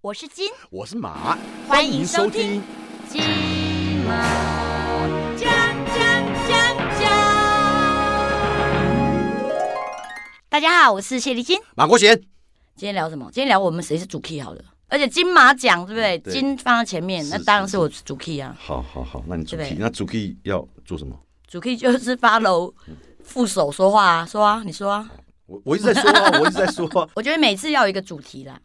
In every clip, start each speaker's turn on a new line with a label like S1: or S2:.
S1: 我是金，
S2: 我是马，
S1: 欢迎收听金马讲讲讲讲。大家好，我是谢丽金。
S2: 马国贤。
S1: 今天聊什么？今天聊我们谁是主 key 好了。而且金马奖对不对？
S2: 对
S1: 金放在前面，
S2: 是
S1: 那当然是我主 key 啊。
S2: 好好好，那你主
S1: 对
S2: key，那主 key 要做什么？
S1: 主 key 就是 follow 副手说话啊，说啊，你说啊。
S2: 我我一直在 说啊，我一直在说啊。
S1: 我觉得每次要有一个主题啦。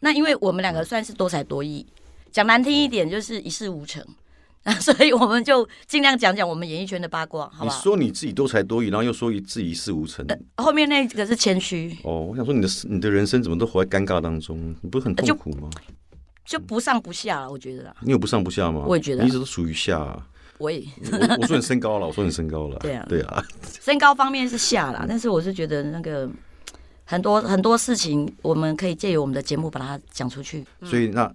S1: 那因为我们两
S2: 嗯
S1: 个算是多才多艺，讲难听一点就是一事无成， 啊，所以我们就尽量讲讲我们演艺圈的八卦，好
S2: 你
S1: 不好？
S2: 说你自己多才多艺，然后又说一自己一事无成。
S1: 后面那个是谦虚，
S2: 哦，我想说你的你的人生怎么都活在尴尬当中？你不是很
S1: 就
S2: 痛苦 吗？
S1: 就不上不下了，我觉得啦，
S2: 你有不上不下吗？
S1: 我也觉得啊
S2: 你一直都属于下啊。
S1: 我 也
S2: 我我说你身高了，我说你身高了。
S1: 对啊
S2: 对啊，
S1: 身高方面是下啦，但是我是觉得那个很多很多事情，我们可以借由我们的节目把它讲出去。
S2: 所以那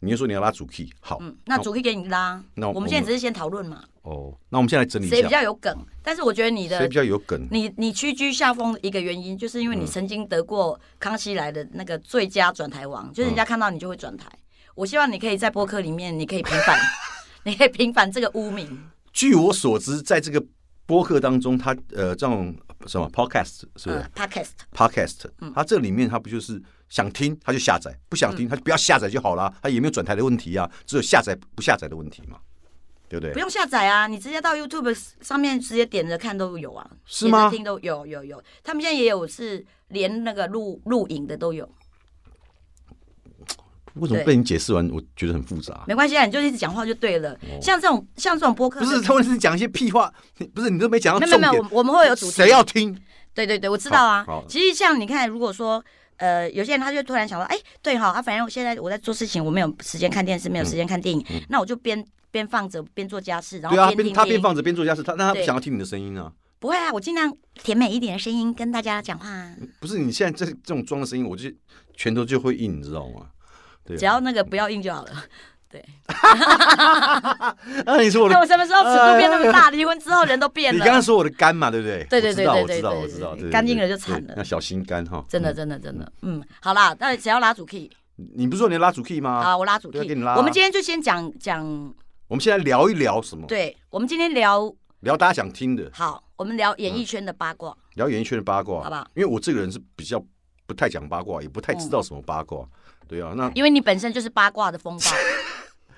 S2: 你就说你要拉主 key，好
S1: 嗯，那主题给你拉，
S2: 那
S1: 我们现在只是先讨论嘛，
S2: 哦，那我们现在来整理一
S1: 谁比呃
S2: 下，
S1: 较有梗？但是我觉得你的
S2: 谁比较有梗？
S1: 你你屈居下风的一个原因，就是因为
S2: 嗯
S1: 你曾经得过《康熙来了》那个最佳转台王，就是人
S2: 嗯
S1: 家看到你就会转台。我希望你可以在播客里面，你可以平反， 你可以平反这个污名。
S2: 据我所知，在这个播客当中，它呃这种什么 podcast 是不是、
S1: 嗯 Podcast，
S2: podcast？它
S1: 嗯
S2: 这里面它不就是想听它就下载，不想听它就不要下载就好啦，它也没有转台的问题啊，只有下载不下载的问题嘛，对不
S1: 不
S2: 对？
S1: 用下载啊，你直接到 YouTube 上面直接点着看都有啊，
S2: 是吗
S1: 点着听都有有有，他们现在也有是连那个录录影的都有，
S2: 为什么
S1: 对
S2: 被你解释完，我觉得很复杂？
S1: 没关系啊，你就一直讲话就对了。像这种像这种播客
S2: 哦不是，他问题是讲一些屁话， 你不是你都没讲到
S1: 没有
S2: 重
S1: 没有没有，。
S2: 点
S1: 我我们会有主题，
S2: 谁要听？
S1: 对对对，我知道啊
S2: 好好。
S1: 其实像你看，如果说呃，有些人他就突然想到，哎，对哈，啊，反正我现在我在做事情，我没有时间看电视，没有时间看电影，那我就边边放着边做家事，然
S2: 嗯对啊，
S1: 后边
S2: 边
S1: 听
S2: 他边
S1: 听。
S2: 放着边做家事，他那他不
S1: 对
S2: 想要听你的声音啊？
S1: 不会啊，我尽量甜美一点的声音跟大家讲话啊，
S2: 不是你现在这这种装的声音，我就拳头就会硬，你知道吗？对啊
S1: 只要那个不要硬就好了。
S2: 啊，你说 我 的
S1: 那我什么时候尺度变那么大？离婚之后人都变
S2: 你刚刚
S1: 了，
S2: 说我的肝嘛，对不对？
S1: 对对对
S2: 我
S1: 对
S2: 知道，
S1: 对
S2: 我
S1: 对
S2: 知道，我知道
S1: 对
S2: 对，
S1: 肝硬
S2: 对
S1: 了就惨了
S2: 对那小心肝哈，
S1: 真的
S2: 嗯。
S1: 真的真的，嗯，好啦，那只要拉主 key
S2: 你不是说你要拉主 key 吗？
S1: 好，我拉主
S2: 对啊
S1: key
S2: 给你拉。啊
S1: 我们今天就先讲讲，
S2: 我们现在聊一聊什么？
S1: 对我们今天聊
S2: 聊大家想听的，
S1: 好，我们聊演艺圈的八卦。
S2: 聊演艺圈的八卦，
S1: 好不好？
S2: 因为我这个人是比较不太讲八卦，也不太知道什么八卦。
S1: 嗯
S2: 对啊，那
S1: 因为你本身就是八卦的风暴，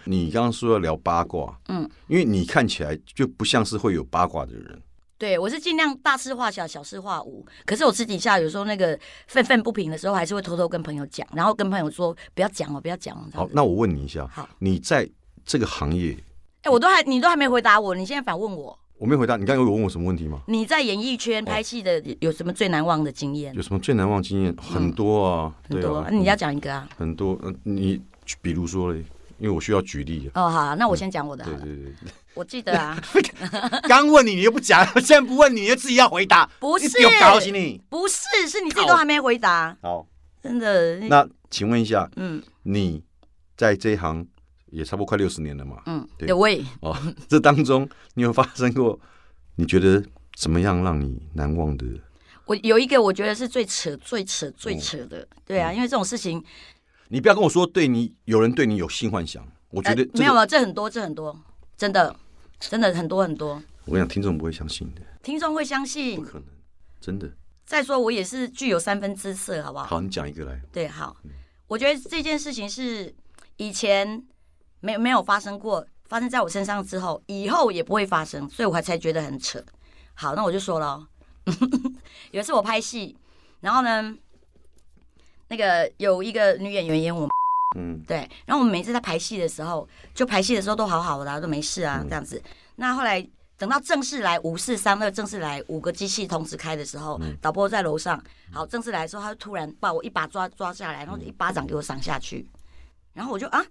S2: 你刚刚说要聊八卦，
S1: 嗯，
S2: 因为你看起来就不像是会有八卦的人。
S1: 对我是尽量大事化小，小事化无。可是我私底下有时候那个愤愤不平的时候，还是会偷偷跟朋友讲，然后跟朋友说不要讲哦，不要讲哦。这样
S2: 好
S1: 子，，
S2: 那我问你一下，
S1: 好，
S2: 你在这个行业，
S1: 哎，我都还你都还没回答我，你现在反问我，
S2: 我没有回答，你刚刚有问我什么问题吗？
S1: 你在演艺圈拍戏的有什么最难忘的经验？
S2: 哦有什么最难忘经验？很多啊，
S1: 嗯很
S2: 对
S1: 多，
S2: 啊
S1: 啊，你要讲一个啊。
S2: 很多，嗯、你举比如说嘞，因为我需要举例啊。
S1: 哦，好，那我先讲我的好
S2: 对
S1: 了。
S2: 对对， 对
S1: 我记得 啊，
S2: 刚问你你又不讲，现在不问你又自己要回答，
S1: 不是
S2: 你有搞死你。
S1: 不是，是你自己都还没回答，
S2: 好，
S1: 真的。
S2: 那请问一下，
S1: 嗯
S2: 你在这一行也差不多快六十年了嘛？
S1: 嗯，
S2: 对
S1: 对，我也
S2: 哦，这当中你有发生过你觉得怎么样让你难忘的？
S1: 我有一个我觉得是最扯、最扯、最
S2: 哦
S1: 扯
S2: 嗯
S1: 的，对啊，因为这种事情
S2: 你不要跟我说对你有人对你有性幻想，我觉得、这个
S1: 没有，啊，这很多，这很多，真的，真的很多很多，
S2: 我跟你讲，听众不会相信的，
S1: 听众会相
S2: 不
S1: 信。
S2: 可能，真的。
S1: 再说我也是具有三分姿色，好不好？
S2: 好，你讲一个来，
S1: 对，好，我觉得这件事情是以前没没有发生过，发生在我身上之后，以后也不会发生，所以我还才觉得很扯。好，那我就说了哦， 有一次我拍戏，然后呢，那个有一个女演员演我
S2: 嗯，
S1: 对，然后我们每次在排戏的时候，就排戏的时候都好好的、啊，都没事啊，这样子。那后来等到正式来五四三二正式来五个机器同时开的时候，导播在楼上，好正式来的时候，他就突然把我一把抓抓下来，然后就一巴掌给我赏下去，然后我就啊，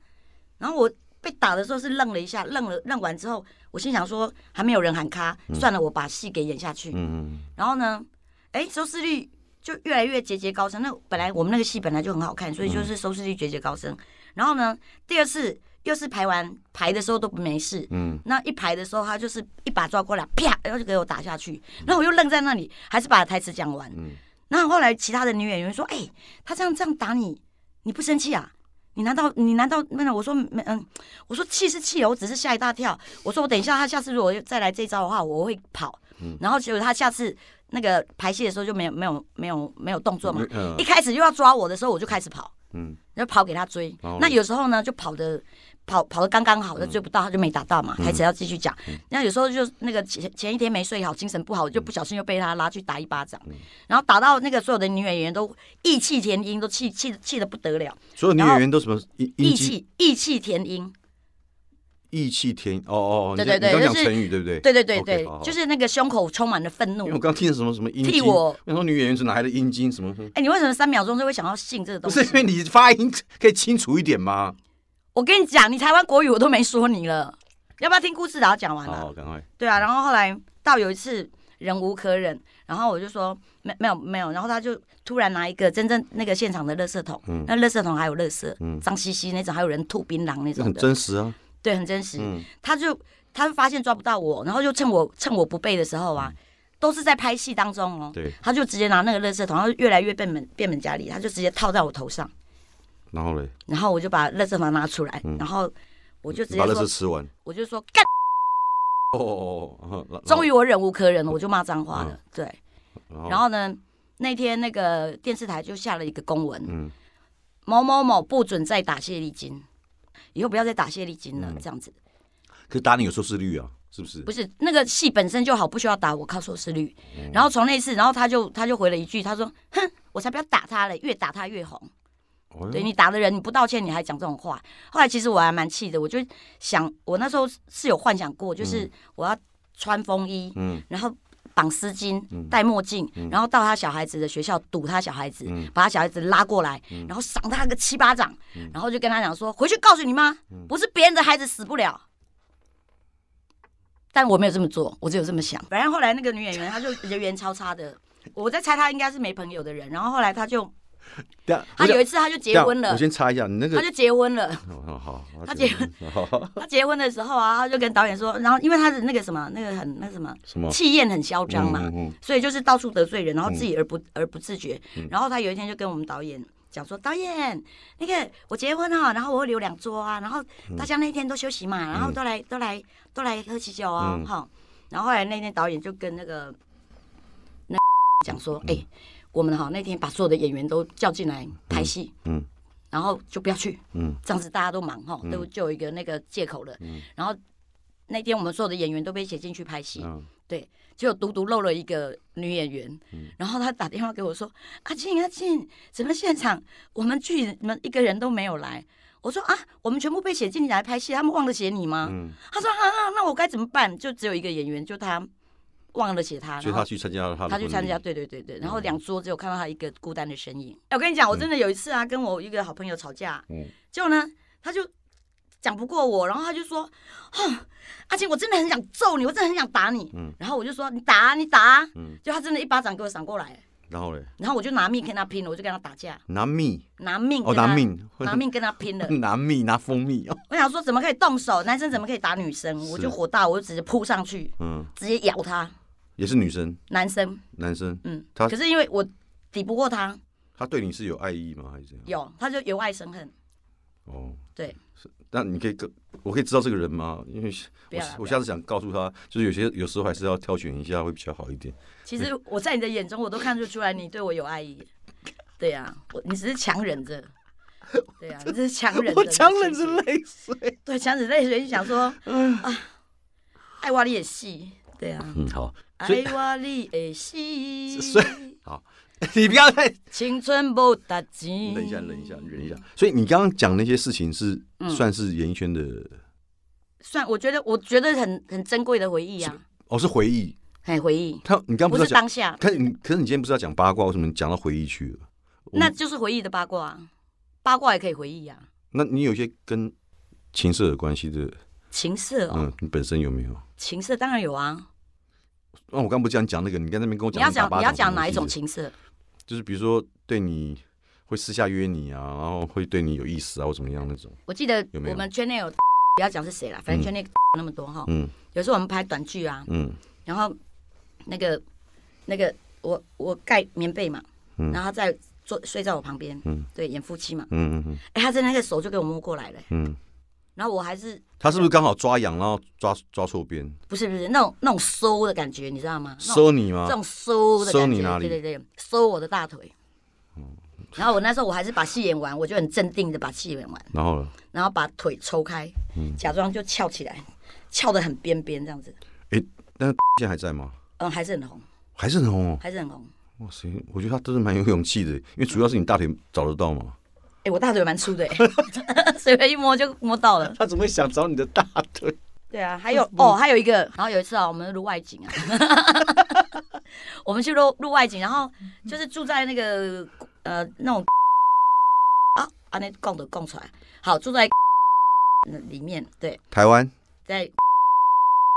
S1: 然后我被打的时候是愣了一下，愣了愣完之后，我心想说还没有人喊咔，算了，我把戏给演下去。
S2: 嗯，
S1: 然后呢，哎，收视率就越来越节节高升。那本来我们那个戏本来就很好看，所以就是收视率节节高升。然后呢，第二次又是排完排的时候都没事，
S2: 嗯，
S1: 那一排的时候他就是一把抓过来，啪，然后就给我打下去。然后我又愣在那里，还是把台词讲完。
S2: 嗯
S1: 然后后来其他的女演员说：“哎，他这样这样打你，你不生气啊？”你难道你难道没有？我说没嗯，我说气是气哦，我只是吓一大跳。我说我等一下，他下次如果又再来这一招的话，我会跑。
S2: 嗯
S1: 然后结果他下次那个排戏的时候就没有没有没有没有动作嘛。
S2: 嗯
S1: 一开始又要抓我的时候，我就开始跑，
S2: 嗯
S1: 就跑给他追
S2: 哦。嗯
S1: 那有时候呢，就跑的跑跑的刚刚好，就追不到，他就没打到嘛。台词要继续讲。那有时候就那个前前一天没睡好，精神不好，我
S2: 嗯
S1: 就不小心又被他拉去打一巴掌，然后打到那个所有的女演员都义气填膺，都气气气的不得了，
S2: 所有女
S1: 然后
S2: 演员都什么义
S1: 义
S2: 义气
S1: 气义气填膺。
S2: 义气天哦哦，哦
S1: 对
S2: 你在
S1: 对对
S2: 你
S1: 就
S2: 刚讲
S1: 是
S2: 成语对不对？
S1: 对对对
S2: OK，
S1: 对
S2: 好好
S1: 就是那个胸口充满了愤怒
S2: 因为。我刚听了什么什么阴
S1: 替
S2: 茎，
S1: 我
S2: 我想说女演员是哪来的阴茎什么？
S1: 哎，你为什么三秒钟就会想要性这个
S2: 不
S1: 东
S2: 是因
S1: 西？
S2: 为你发音可以清楚一点吗？
S1: 我跟你讲，你台湾国语我都没说你了，要不要听故事？然后讲完了、
S2: 好，赶快。
S1: 对啊，然后后来到有一次忍无可忍，然后我就说没没有没有，然后他就突然拿一个真正那个现场的垃圾桶，
S2: 嗯
S1: 那垃圾桶还有垃圾，
S2: 嗯
S1: 脏兮兮那种，还有人吐槟榔那
S2: 这
S1: 种
S2: 很
S1: 的，
S2: 真实啊，
S1: 对，很真实。
S2: 嗯，
S1: 他就他就发现抓不到我，然后就趁我趁我不备的时候啊，都是在拍戏当中哦，
S2: 对。
S1: 他就直接拿那个垃圾桶，然后越来越变本变本加厉，他就直接套在我头上，
S2: 然后嘞，
S1: 然后我就把垃圾桶拿出来，
S2: 嗯
S1: 然后我就直接
S2: 你把乐
S1: 说
S2: 事，吃完。
S1: 我就说干，
S2: 哦哦哦哦，
S1: 终于我忍无可忍了，我就骂脏话
S2: 嗯
S1: 了，对。
S2: 然后，
S1: 然
S2: 后
S1: 后呢，那天那个电视台就下了一个公文，
S2: 嗯，
S1: 某某某不准再打谢丽金，以后不要再打谢丽金了，这样子。
S2: 可是打你有收视率啊，是不是
S1: 不？是那个戏本身就好，不需要打，我靠收视率。
S2: 嗯
S1: 然后从那次，然后他就他就回了一句，他说：“哼，我才不要打他嘞，越打他越红。
S2: 哦
S1: 对你打的人，你不道歉，你还讲这种话。”后来其实我还蛮气的，我就想，我那时候是有幻想过，就是我要穿风衣，
S2: 嗯
S1: 然后绑丝巾、戴墨镜，然后到他小孩子的学校堵他小孩子，
S2: 嗯
S1: 把他小孩子拉过来，然后赏他个七巴掌，然后就跟他讲说：“回去告诉你妈，
S2: 嗯
S1: 不是别人的孩子死不了。”但我没有这么做，我只有这么想。反正后来那个女演员，她就人缘超差 的，我在猜她应该是没朋友的人。然后后来她就，
S2: 对啊，
S1: 她
S2: 我想
S1: 有一次她就结婚
S2: 这样
S1: 了
S2: 我，先插一下，你那
S1: 她
S2: 个
S1: 就结婚了。
S2: 哦好好，好
S1: 他结
S2: 好好 好
S1: 她结婚的时候啊，她就跟导演说，然后因为她的那个什么，那个很那什么
S2: 什么
S1: 气焰很嚣张嘛，
S2: 嗯嗯嗯
S1: 所以就是到处得罪人，
S2: 嗯
S1: 然后自己而不、而不自觉。然后他有一天就跟我们导演讲说：“导演，那个我结婚哈、然后我会留两桌
S2: 嗯
S1: 啊，然后大家那天都休息嘛，然后都来都来都来喝喜酒啊、
S2: 嗯
S1: 哈、然后后来那天导演就跟那个那讲说：“
S2: 嗯
S1: 哎、我们哈、那天把所有的演员都叫进来拍戏，
S2: 嗯嗯
S1: 然后就不要去，
S2: 嗯
S1: 这样子大家都忙哈，都就有一个那个借口了。然后那天我们所有的演员都被写进去拍戏，
S2: 嗯，
S1: 对，就独独漏了一个女演员，然后她打电话给我说：“阿静，阿静，怎么现场我们剧里们一个人都没有来？”我说：“啊，我们全部被写进来拍戏，他们忘了写你吗？”
S2: 嗯
S1: 她说：“啊，那我该怎么办？就只有一个演员，就她忘了写她，
S2: 所
S1: 然
S2: 以
S1: 后
S2: 他去参加了他的
S1: 他去
S2: 婚
S1: 参
S2: 礼嗯
S1: 加，，对对对对，然后两桌只有看到他一个孤单的身影。哎我跟你讲，我真的有一次啊，跟我一个好朋友吵架，
S2: 嗯
S1: 结果呢，他就讲不过我，然后他就说，哦，阿青，我真的很想揍你，我真的很想打你，
S2: 嗯
S1: 然后我就说你打啊，你打啊，
S2: 嗯，
S1: 就他真的一巴掌给我闪过来，
S2: 然后嘞，
S1: 然后我就拿命跟他拼了，我就跟他打架，
S2: 拿蜜
S1: 拿命
S2: 哦，
S1: 跟他
S2: 拿命，，
S1: 拿命跟他拼了
S2: 嗯 拿蜜拿蜂蜜哦，
S1: 我想说怎么可以动手，男生怎么可以打女生，我
S2: 是
S1: 就火大，我就直接扑上去，
S2: 嗯，
S1: 直接咬他，
S2: 也是女生，
S1: 男生，
S2: 男生，
S1: 嗯，
S2: 他
S1: 可是因为我抵不过他。
S2: 他对你是有爱意吗？还是怎样？
S1: 有，他就由爱生恨。
S2: 哦，
S1: 对
S2: 是，那你可以跟我可以知道这个人吗？因为
S1: 不
S2: 我
S1: 要啦
S2: 我
S1: 不
S2: 下
S1: 要
S2: 次想告诉他，就是有些有时候还是要挑选一下会比较好一点。
S1: 其实我在你的眼中，我都看得出来你对我有爱 意。对呀、我你只是强忍着。对啊 呀、你只是强忍着。
S2: 我强忍着
S1: 是不是。
S2: 泪水。
S1: 对，强忍泪水，你想说啊，爱我你也戏。对呀、
S2: 嗯， 好，
S1: 爱
S2: 所以
S1: 我你也戏。
S2: 所以你不要 再
S1: 青春不打紧。
S2: 等一下，忍一下，忍一下。所以你刚刚讲那些事情是
S1: 嗯
S2: 算是演艺圈的，
S1: 算，我觉得我觉得很很珍贵的回忆啊，
S2: 哦，是回忆。
S1: 很回忆，
S2: 他你刚刚
S1: 不
S2: 不是
S1: 是
S2: 要讲，
S1: 当下，
S2: 可是你可是你今天不是要讲八卦，为什么你讲到回忆去了？我
S1: 那就是回忆的八卦啊，八卦也可以回忆啊，
S2: 那你有一些跟情色有关系的，
S1: 情色哦，
S2: 嗯，你本身有没有？
S1: 情色当然有啊，
S2: 那、我刚不是讲讲那个，你刚才那边跟我
S1: 你
S2: 讲
S1: 要
S2: 打
S1: 讲
S2: 巴
S1: 你要
S2: 掌
S1: 讲
S2: 什么
S1: 哪一
S2: 东
S1: 种
S2: 西
S1: 情色？
S2: 就是比如说对你会私下约你啊，然后会对你有意思啊，或怎么样那种。
S1: 我记得
S2: 有没有
S1: 我们圈内有不要讲是谁啦，反正圈内 那么多哈。
S2: 嗯
S1: 有时候我们拍短剧啊，
S2: 嗯
S1: 然后那个那个我我盖棉被嘛，
S2: 嗯
S1: 然后他在坐睡在我旁边，
S2: 嗯
S1: 对，演夫妻嘛，
S2: 嗯嗯嗯
S1: 哎、他真的那个手就给我摸过来了、
S2: 嗯，
S1: 然后我还是
S2: 他是不是刚好抓痒，然后抓抓错边，
S1: 不是不是那种那种收的感觉，你知道吗？那种
S2: 收你吗
S1: 这？种收的感觉，
S2: 收你哪里哦
S1: 对对对，收我的大腿。然后我那时候我还是把戏演完，我就很镇定的把戏演完，
S2: 然后呢？
S1: 然后把腿抽开，假装就翘起来，翘得很边边这样子。
S2: 但是现在还在吗？
S1: 嗯，还是很红，
S2: 还是很红哦。
S1: 还是很红。
S2: 哇塞，我觉得他真的蛮有勇气的，因为主要是你大腿找得到嘛。
S1: 哎、我大腿蛮粗的、欸，随便一摸就摸到了。
S2: 他怎么会想找你的大腿？
S1: 对啊，还有哦，还有一个，然后有一次啊，我们录外景啊， 我们去录录外景，然后就是住在那个呃那种啊啊那供的供出来，好住在 那里面，对，
S2: 台湾。
S1: 在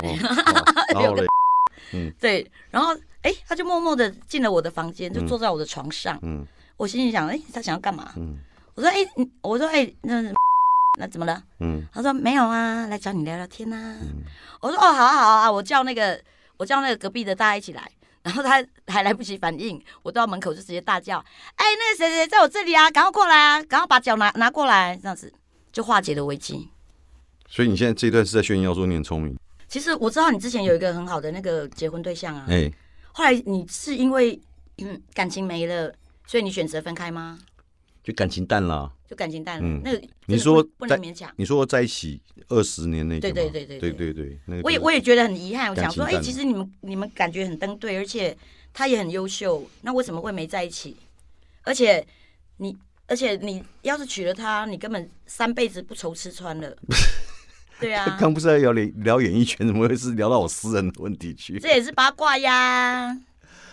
S2: 哦哇然后嘞，
S1: 对，然后哎、他就默默的进了我的房间，就
S2: 嗯
S1: 坐在我的床上，
S2: 嗯
S1: 我心里想，哎、他想要干嘛？
S2: 嗯
S1: 我说，哎、你我说，哎、那 那怎么了？
S2: 嗯
S1: 他说没有啊，来找你聊聊天啊。
S2: 嗯
S1: 我说哦，好啊好啊，我叫那个我叫那个隔壁的大家一起来。然后他还来不及反应，我到门口就直接大叫：“哎，那个谁谁在我这里啊，赶快过来啊，赶快把脚拿拿过来！”这样子就化解了危机。
S2: 所以你现在这一段是在炫耀说你很聪明。
S1: 其实我知道你之前有一个很好的那个结婚对象啊，
S2: 哎，
S1: 后来你是因为、嗯、感情没了，所以你选择分开吗？
S2: 就感情淡了。
S1: 就感情淡了？
S2: 嗯
S1: 那个
S2: 你
S1: 真的
S2: 说
S1: 不不
S2: 在
S1: 能勉强。
S2: 你说在一起二十年那个
S1: 对
S2: 吗，
S1: 对对对
S2: 对
S1: 对
S2: 对对，那个
S1: 我也
S2: 就是
S1: 我也觉得很遗憾，我
S2: 感
S1: 想
S2: 情
S1: 说，哎、
S2: 淡
S1: 其
S2: 了
S1: 实你们你们感觉很登对，而且他也很优秀，那为什么会没在一起？而且你，而且你要是娶了她，你根本三辈子不愁吃穿 了。对啊，
S2: 刚不是在聊聊聊演艺圈，怎么会是聊到我私人的问题去
S1: 这？也是八卦呀。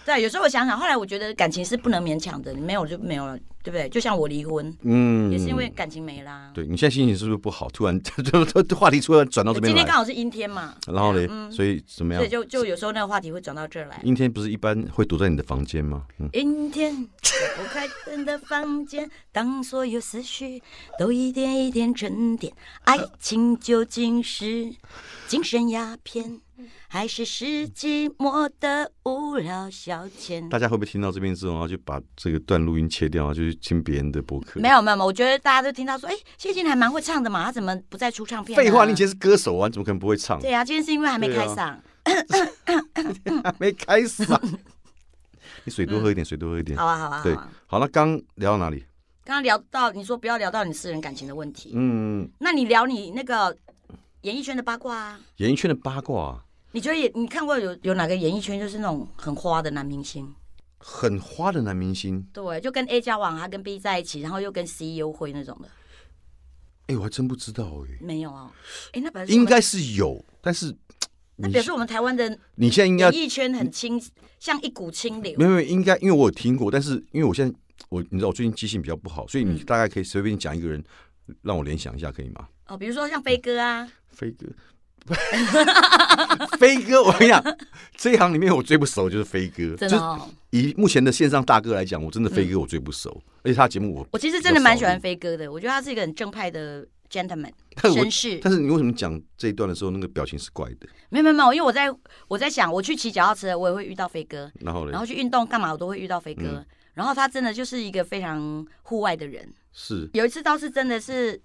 S1: 对，啊有时候我想想，后来我觉得感情是不能勉强的，你没有就没有了，对不对？就像我离婚，
S2: 嗯，
S1: 也是因为感情没啦。
S2: 对你现在心情是不是不好？突然 就就话题突然转到这
S1: 今
S2: 边
S1: 天刚
S2: 来，
S1: 好是阴天嘛，
S2: 然后嘞，
S1: 嗯
S2: 所以怎么样
S1: 所以？就就有时候那个话题会转到这儿来。
S2: 阴天不是一般会躲在你的房间吗？嗯，
S1: 阴天，我不开灯的房间，当所有思绪都一点一点沉淀，
S2: 呃
S1: 爱情究竟是精神鸦片，
S2: 嗯
S1: 还是是寂寞的无聊消遣？
S2: 大家会不会听到这边之后，然后就把这个段录音切掉，啊就去听别人的博客？
S1: 没有没有，没有我觉得大家都听到说，哎、谢金还蛮会唱的嘛，他怎么不再出唱片、啊
S2: 废话，你以前是歌手啊，你怎么可能不会唱？
S1: 对啊，今天是因为还没
S2: 对啊
S1: 开嗓，
S2: 没开始啊！你水多喝一点，水多喝一点
S1: 好。啊好啊好
S2: 对
S1: 啊。，
S2: 好，那刚聊到哪里？
S1: 刚刚聊到你说不要聊到你私人感情的问题，
S2: 嗯，
S1: 那你聊你那个演艺圈的八卦啊。
S2: 演艺圈的八卦啊
S1: 你觉得也你看过有有哪个演艺圈就是那种很花的男明星？
S2: 很花的男明星，
S1: 对，就跟 A 交往，他跟 B 在一起，然后又跟 C 幽会那种的，
S2: 哎、我还真不知道哎、
S1: 没有啊？哎，那表示我们
S2: 应该是有，但是
S1: 那
S2: 你
S1: 表示我们台湾的
S2: 你现在应该
S1: 演艺圈很清，像一股清流
S2: 没。有没有，应该因为我有听过，但是因为我现在我你知道我最近记性比较不好，所以你
S1: 嗯
S2: 大概可以随便讲一个人，让我联想一下，可以吗？
S1: 哦，比如说像飞哥啊，
S2: 飞哥，飞哥，我跟你讲，这一行里面我最不熟就是飞哥，
S1: 真
S2: 就
S1: 的
S2: 是
S1: 哦，嗯
S2: 以目前的线上大哥来讲，我真的飞哥我最不熟，而且他的节目我，
S1: 我其实真的蛮喜欢飞哥的，我觉得他是一个很正派的 gentleman，
S2: 但 是我
S1: 绅士。
S2: 但是你为什么讲这一段的时候那个表情是怪的？
S1: 没有没有没有，因为我在我在想，我去骑脚踏车，我也会遇到飞哥，
S2: 然后
S1: 然
S2: 呢
S1: 后，去运动干嘛，我都会遇到飞哥。
S2: 嗯
S1: 然后他真的就是一个非常户外的人，
S2: 是
S1: 有一次倒是真的是，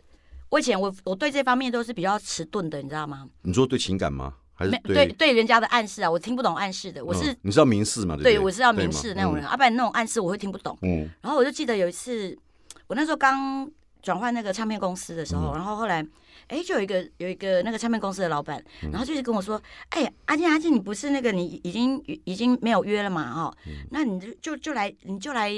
S1: 我以前我我对这方面都是比较迟钝的，你知道吗？
S2: 你说对情感吗？还是
S1: 没对对人家的暗示啊，我听不懂暗示的，我是、
S2: 嗯你知道民事嘛？对不
S1: 对
S2: 对
S1: 我是要
S2: 对
S1: 明
S2: 嘛
S1: 示那种人，要、啊不然那种暗示我会听不懂。
S2: 嗯
S1: 然后我就记得有一次，我那时候刚转换那个唱片公司的时
S2: 嗯
S1: 候，然后后来。哎，就有一个有一个那个唱片公司的老板，
S2: 嗯
S1: 然后就是跟我说，哎、阿健阿健，你不是那个你已经已经没有约了嘛，哦，
S2: 嗯
S1: 那你就就就来你就来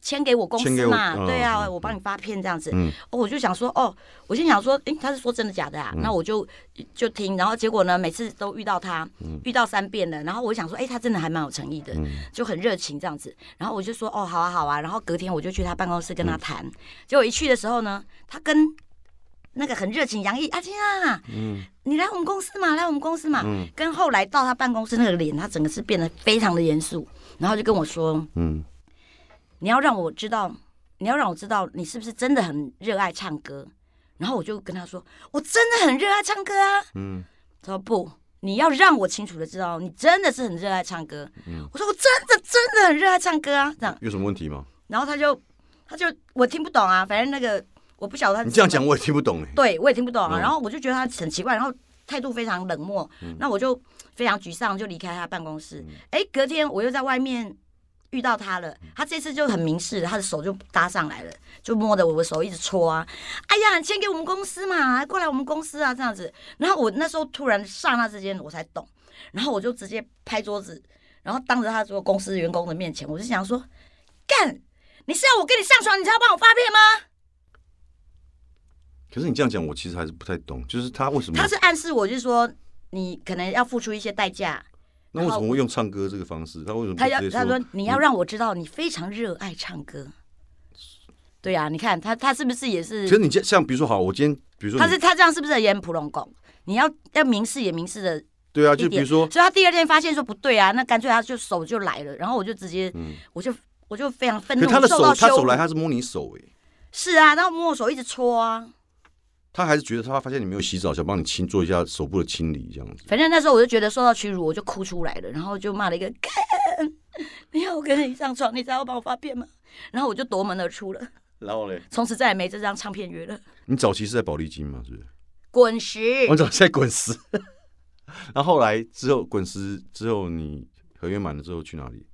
S1: 签给我公
S2: 签给
S1: 司
S2: 我
S1: 嘛，
S2: 嗯
S1: 对啊，
S2: 嗯
S1: 我帮你发片这样子，
S2: 嗯
S1: 哦，我就想说，哦，我心想说，诶，他是说真的假的啊？
S2: 嗯
S1: 那我就就听，然后结果呢，每次都遇到他，
S2: 嗯
S1: 遇到三遍了，然后我想说，诶，他真的还蛮有诚意的，就很热情这样子。然后我就说，哦，好啊，好啊。然后隔天我就去他办公室跟
S2: 嗯
S1: 他谈，结果一去的时候呢，他跟那个很热情洋溢，阿金啊，你来我们公司嘛，来我们公司嘛。
S2: 嗯
S1: 跟后来到他办公室那个脸，他整个是变得非常的严肃，然后就跟我说，
S2: 嗯
S1: 你要让我知道，你要让我知道你是不是真的很热爱唱歌。然后我就跟他说，我真的很热爱唱歌啊。
S2: 嗯，
S1: 他说不，你要让我清楚的知道，
S2: 嗯
S1: 你真的是很热爱唱歌。我说我真的真的很热爱唱歌啊。这样
S2: 有什么问题吗？
S1: 然后他就他就我听不懂啊，反正那个我不晓得他
S2: 你这样
S1: 什么
S2: 讲我也听不懂哎。
S1: 对我也听不懂啊。
S2: 嗯
S1: 然后我就觉得他很奇怪，然后态度非常冷漠，那我就非常沮丧，就离开他办公室。哎、隔天我又在外面遇到他了，他这次就很明示了，他的手就搭上来了，就摸着我的手一直搓啊，哎呀，你签给我们公司嘛，过来我们公司啊，这样子。然后我那时候突然刹那之间我才懂，然后我就直接拍桌子，然后当着他所有公司员工的面前，我就想说，干。你是要我跟你上床，你才要帮我发片吗？
S2: 可是你这样讲，我其实还是不太懂，就是他为什么
S1: 他是暗示我，就是说你可能要付出一些代价。
S2: 那为什么会用唱歌这个方式？他为什么不
S1: 他要
S2: 直接
S1: 他说你要
S2: 嗯
S1: 让我知道你非常热爱唱歌。对啊，你看他他是不是也是
S2: 其？实你这像比如说好，我今天比如说
S1: 他
S2: 你
S1: 是他这样是不是也很普龙拱？你要要明示也明示的
S2: 对啊，
S1: 一
S2: 就比
S1: 点，
S2: 如说
S1: 所以他第二天发现说不对啊，那干脆他就手就来了，然后我就直接，
S2: 嗯
S1: 我就我就非常愤
S2: 可
S1: 怒，
S2: 他的
S1: 受
S2: 手
S1: 到
S2: 他
S1: 羞
S2: 手来，
S1: 辱
S2: 他是摸你手哎、
S1: 是啊，然后摸我手一直搓啊，
S2: 他还是觉得他发现你没有洗澡，想帮你清做一下手部的清理这样子。
S1: 反正那时候我就觉得受到屈辱，我就哭出来了，然后就骂了一个干， 你要我跟你上床，你才要帮我发片吗？然后我就夺门而出了，
S2: 然后嘞，
S1: 从此再也没这张唱片约了。
S2: 你早期是在保利金嘛，是不是？
S1: 滚石
S2: 我早期在滚石， 然后后来之后滚石之后你合约满了之后去哪里？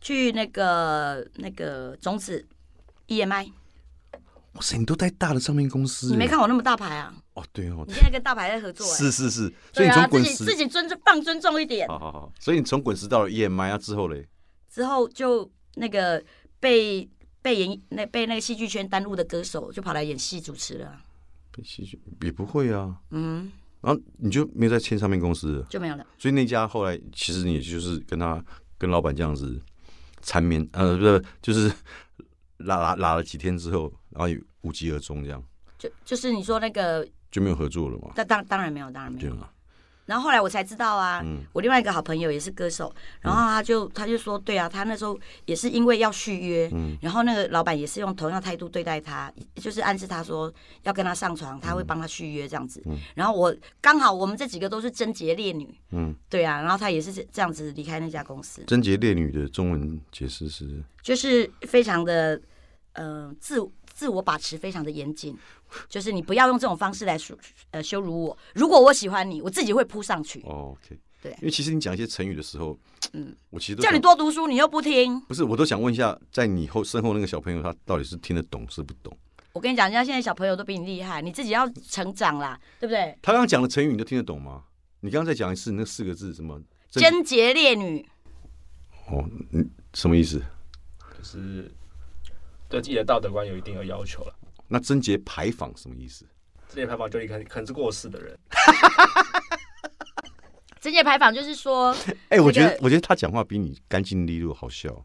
S1: 去那个那个种子 EMI，
S2: 哇塞，你都在大的唱片公司欸，
S1: 你没看我那么大牌啊？
S2: 哦？对哦
S1: 你，现在跟大牌在合作、欸，
S2: 是是是，所
S1: 对
S2: 以
S1: 啊，
S2: 你从
S1: 自
S2: 滚
S1: 己自
S2: 石，
S1: 己尊重放尊重一点，
S2: 好好好，所以你从滚石到了 EMI 啊之后嘞，
S1: 之后就那个被被演那被那个戏剧圈耽误的歌手，就跑来演戏主持了，啊
S2: 被吸取也不会啊，
S1: 嗯，
S2: 然后你就没有在签唱片公司了。
S1: 就没有了。
S2: 所以那家后来其实你也就是跟他跟老板这样子缠绵，呃，不是，就是拉拉拉了几天之后，然后也无疾而终，这样
S1: 就就是你说那个，
S2: 就没有合作了嘛？啊
S1: 但当当然没有，当然没有
S2: 对。吗？
S1: 然后后来我才知道啊，
S2: 嗯
S1: 我另外一个好朋友也是歌手，然后他就他就说，对啊，他那时候也是因为要续约，
S2: 嗯
S1: 然后那个老板也是用同样态度对待他，就是暗示他说要跟他上床，他会帮他续约这样子。
S2: 嗯
S1: 然后我刚好我们这几个都是贞洁烈女，
S2: 嗯，
S1: 对啊，然后他也是这这样子离开那家公司，
S2: 贞洁烈女的中文解释是，
S1: 就是非常的嗯、呃自自我把持非常的严谨，就是你不要用这种方式来羞呃羞辱我，如果我喜欢你，我自己会扑上去，
S2: 哦，OK，
S1: 对
S2: 因为其实你讲一些成语的时候，嗯，我其实都
S1: 叫
S2: 想
S1: 你多读书，你又不听。
S2: 不是，我都想问一下，在你后身后那个小朋友，他到底是听得懂是不懂？
S1: 我跟你讲，人家现在小朋友都比你厉害，你自己要成长啦，对不对？
S2: 他刚刚讲的成语你都听得懂吗？你刚刚再讲一次那四个字什么？贞
S1: 贞洁烈女，
S2: 哦，嗯，什么意思？
S3: 就是对自己的道德观有一定的要求了。
S2: 那贞洁牌坊什么意思？
S3: 这些牌坊就一个很很是过世的人，
S1: 贞洁牌坊就是 说
S2: 哎、我觉
S1: 那
S2: 得
S1: 个
S2: 我觉得他讲话比你干净利落，好笑。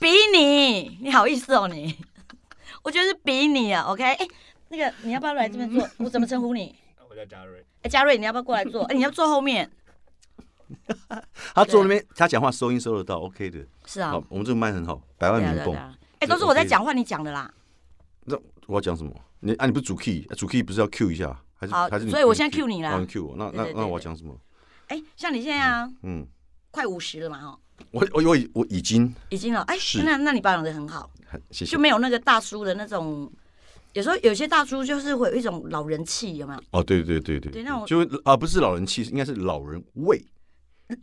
S1: 比你，你好意思哦你？ 我觉得是比你啊，OK？哎、那个你要不要来这边坐？我怎么称呼你？
S3: 我叫嘉瑞，
S1: 哎、嘉瑞，你要不要过来坐？哎、你要坐后面。
S2: 他坐那边，
S1: 啊
S2: 他讲话收音收得到，OK 的。
S1: 是啊，
S2: 好，我们这个麦很好，百万
S1: 对啊，
S2: 民
S1: 对啊，
S2: 工
S1: 对。啊。哎、都是我在讲话，你讲的啦。
S2: 那我要讲什么？你啊，你不是主 key，啊主 key 不是要 Q 一下，还是
S1: 好
S2: 还是你？
S1: 所以我现在
S2: Q
S1: cue 你啦
S2: 哦 Q 我，那
S1: 对
S2: 那
S1: 对对
S2: 那我要讲什么？
S1: 哎、像你现在啊，
S2: 嗯，
S1: 快五十了嘛，哦，
S2: 我我我已我已经
S1: 已经了。哎、
S2: 是
S1: 那那你保养的很好，
S2: 很谢谢
S1: 就没有那个大叔的那种。有时候有些大叔就是会有一种老人气，有没有？
S2: 哦，对对对对，
S1: 对那我
S2: 就啊不是老人气，应该是老人味，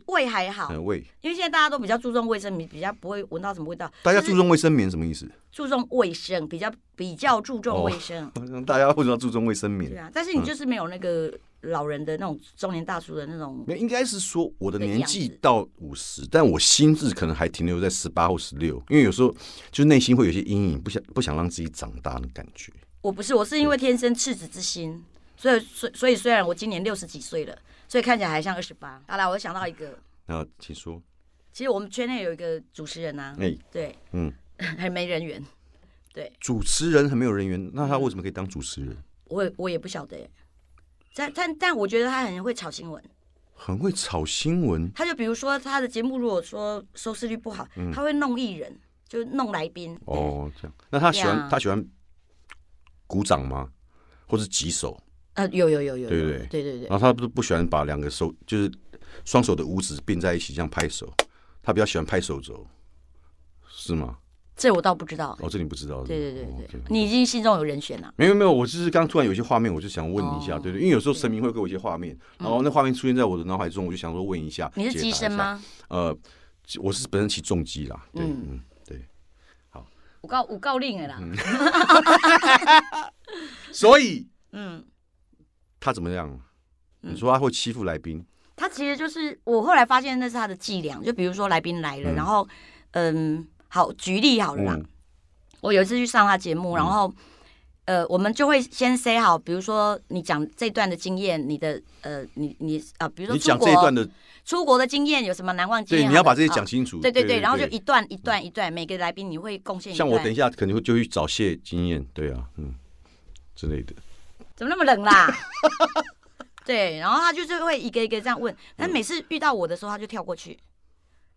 S1: 胃还好，
S2: 嗯味。
S1: 因为现在大家都比较注重卫生，比比较不会闻到什么味道。
S2: 大家
S1: 就是
S2: 注重卫生棉什么意思？
S1: 注重卫生，比较比较注
S2: 哦
S1: 重卫生，
S2: 大家为什么要注重卫生棉
S1: 对？啊。但是
S2: 嗯
S1: 你就是没有那个老人的那种中年大叔的那种，
S2: 没有，应该是说我的
S1: 对
S2: 年
S1: 样
S2: 纪
S1: 子
S2: 到五十，但我心智可能还停留在十八或十六，因为有时候就是内心会有些阴影，不想不想让自己长大的感觉。
S1: 我不是，我是因为天生赤子之心，所以所以所以虽然我今年六十几岁了，所以看起来还像二十八。好啦，我想到一个，
S2: 那请说，
S1: 其实我们圈内有一个主持人啊，
S2: 哎、
S1: 对，
S2: 嗯，
S1: 还没人缘，
S2: 主持人很没有人缘，那他为什么可以当主持人？
S1: 我也我也不晓得耶。但但但我觉得他很会炒新闻，
S2: 很会炒新闻，
S1: 他就比如说他的节目如果说收视率不好，他会弄艺人，就弄来宾。
S2: 嗯哦，这样。那他喜欢、
S1: 对啊
S2: 他喜欢鼓掌吗？或是举手？
S1: 呃，有有有有有，
S2: 对不
S1: 对
S2: 对
S1: 对对
S2: 然后他不不喜欢把两个手就是双手的五指并在一起这样拍手，他比较喜欢拍手肘，是吗？
S1: 这我倒不知道。
S2: 哦，这你不知道是不
S1: 对对
S2: 是？
S1: 对对对
S2: OK，
S1: 你已经心中有人选了。
S2: 没有没有，我就是刚突然有些画面，我就想问你一下，
S1: 哦嗯
S2: 对对，因为有时候神明会给我一些画面，然后那画面出现在我的脑海中，我就想说问一下，
S1: 你是
S2: 解
S1: 机
S2: 答一
S1: 身
S2: 下？
S1: 吗？
S2: 呃，我是本身骑重机啦，对，
S1: 嗯
S2: 嗯，对，
S1: 我告我告令了啦。
S2: 嗯所以
S1: 嗯，
S2: 他怎么样？
S1: 嗯
S2: 你说他会欺负来宾，
S1: 他其实就是我后来发现那是他的伎俩，就比如说来宾来了，
S2: 嗯
S1: 然后嗯，好举例好了啦。
S2: 嗯
S1: 我有一次去上他节目，然后、呃，我们就会先 say 好，比如说你讲这段的经验，你的呃，你你啊，比如说
S2: 你
S1: 出
S2: 讲这一段
S1: 国
S2: 的，
S1: 出国的经验有什么难忘经
S2: 对，
S1: 验？
S2: 你要把这些
S1: 好的
S2: 讲清楚。
S1: 啊对对
S2: 对嗯
S1: 对，然后就一段一段一段，每个来宾你会贡献一
S2: 像
S1: 段。
S2: 我等一下可能会就去找谢经验，对啊，嗯之类的。
S1: 怎么那么冷啦？ 对，然后他就是会一个一个这样问，但每次遇到我的时候，他就跳过去。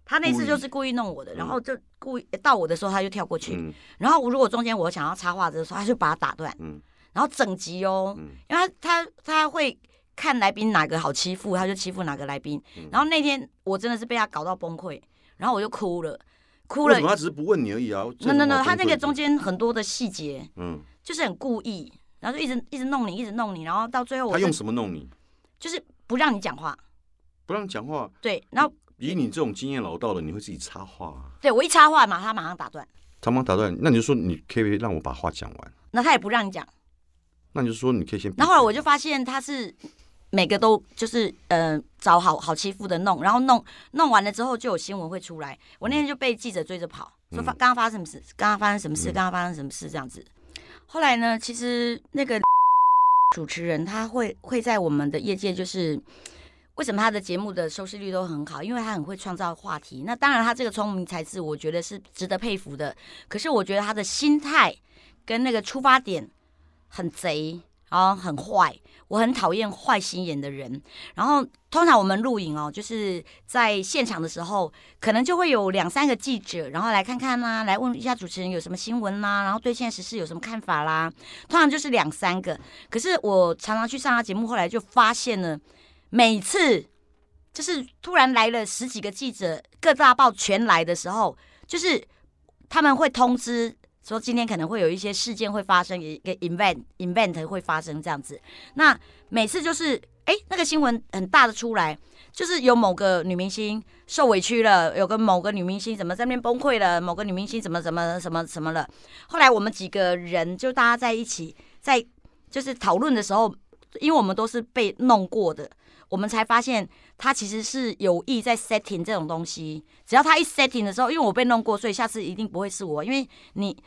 S1: 他那次就是故意弄我的，然后就故意到我的时候，他就跳过去。
S2: 嗯
S1: 然后如果中间我想要插话的时候，他就把他打断。
S2: 嗯
S1: 然后整集哦，
S2: 嗯
S1: 因为他他他会看来宾哪个好欺负，他就欺负哪个来宾。
S2: 嗯
S1: 然后那天我真的是被他搞到崩溃，然后我就哭了，哭
S2: 为
S1: 了
S2: 什。么他只是不问你而已啊？这
S1: 那
S2: 有
S1: 那
S2: 什么
S1: 那，
S2: 好
S1: 他那个
S2: 崩溃的
S1: 中，间很多的细节
S2: 嗯，
S1: 就是很故意，然后就一直一直弄你，一直弄你，然后到最后我
S2: 他
S1: 是
S2: 用什么弄你？
S1: 就是不让你讲话。
S2: 不让讲话，
S1: 对，然后
S2: 以你这种经验老道的，你会自己插话啊。
S1: 对我一插话嘛，他马上打断，
S2: 他忙打断你，那你就说你可以让我把话讲完，
S1: 那他也不让你讲。
S2: 那你就说你可以先闭嘴。
S1: 那后来我就发现他是每个都就是呃找好好欺负的弄，然后弄弄完了之后就有新闻会出来。我那天就被记者追着跑，说发刚刚发生什么事，刚刚发生什么事，
S2: 嗯
S1: 刚刚发生什么事这样子。后来呢，其实那个主持人他会会在我们的业界就是。为什么他的节目的收视率都很好？因为他很会创造话题。那当然，他这个聪明才智，我觉得是值得佩服的。可是，我觉得他的心态跟那个出发点很贼，然后很坏。我很讨厌坏心眼的人。然后，通常我们录影哦，就是在现场的时候，可能就会有两三个记者，然后来看看啦、来问一下主持人有什么新闻啦、然后对现在时事有什么看法啦。通常就是两三个。可是我常常去上他节目，后来就发现了，每次就是突然来了十几个记者，各大报全来的时候，就是他们会通知。说今天可能会有一些事件会发生，一个 event event 会发生这样子。那每次就是，哎、那个新闻很大的出来，就是有某个女明星受委屈了，有个某个女明星怎么在那边崩溃了，某个女明星怎么怎么什么什么了。后来我们几个人就大家在一起，在就是讨论的时候，因为我们都是被弄过的，我们才发现他其实是有意在 setting 这种东西。只要他一 setting 的时候，因为我被弄过，所以下次一定不会是我，因为你。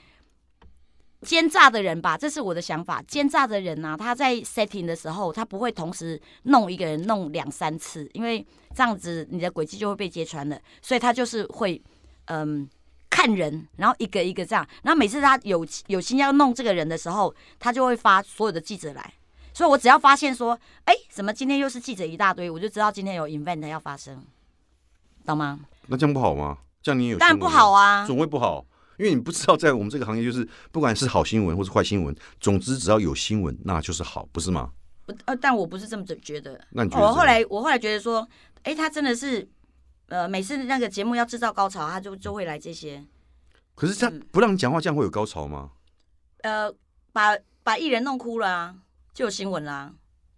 S1: 奸诈的人吧，这是我的想法。奸诈的人啊，他在 setting 的时候，他不会同时弄一个人弄两三次，因为这样子你的轨迹就会被揭穿了。所以他就是会，嗯，看人，然后一个一个这样。然后每次他有有心要弄这个人的时候，他就会发所有的记者来。所以我只要发现说，哎、怎么今天又是记者一大堆，我就知道今天有 event 要发生，懂吗？
S2: 那这样不好吗？这样你也有
S1: 当然不好
S2: 啊，
S1: 啊，
S2: 总会不好，因为你不知道在我们这个行业，就是不管是好新闻或是坏新闻，总之只要有新闻，那就是好，不是吗？
S1: 我呃，但我不是这么觉得。
S2: 那你觉得
S1: 我哦
S2: 怎么
S1: 后来我后来觉得说，哎、他真的是，呃，每次那个节目要制造高潮，他就就会来这些，
S2: 可是他
S1: 嗯
S2: 不让你讲话，这样会有高潮吗？
S1: 呃，把把艺人弄哭了啊，就有新闻啦、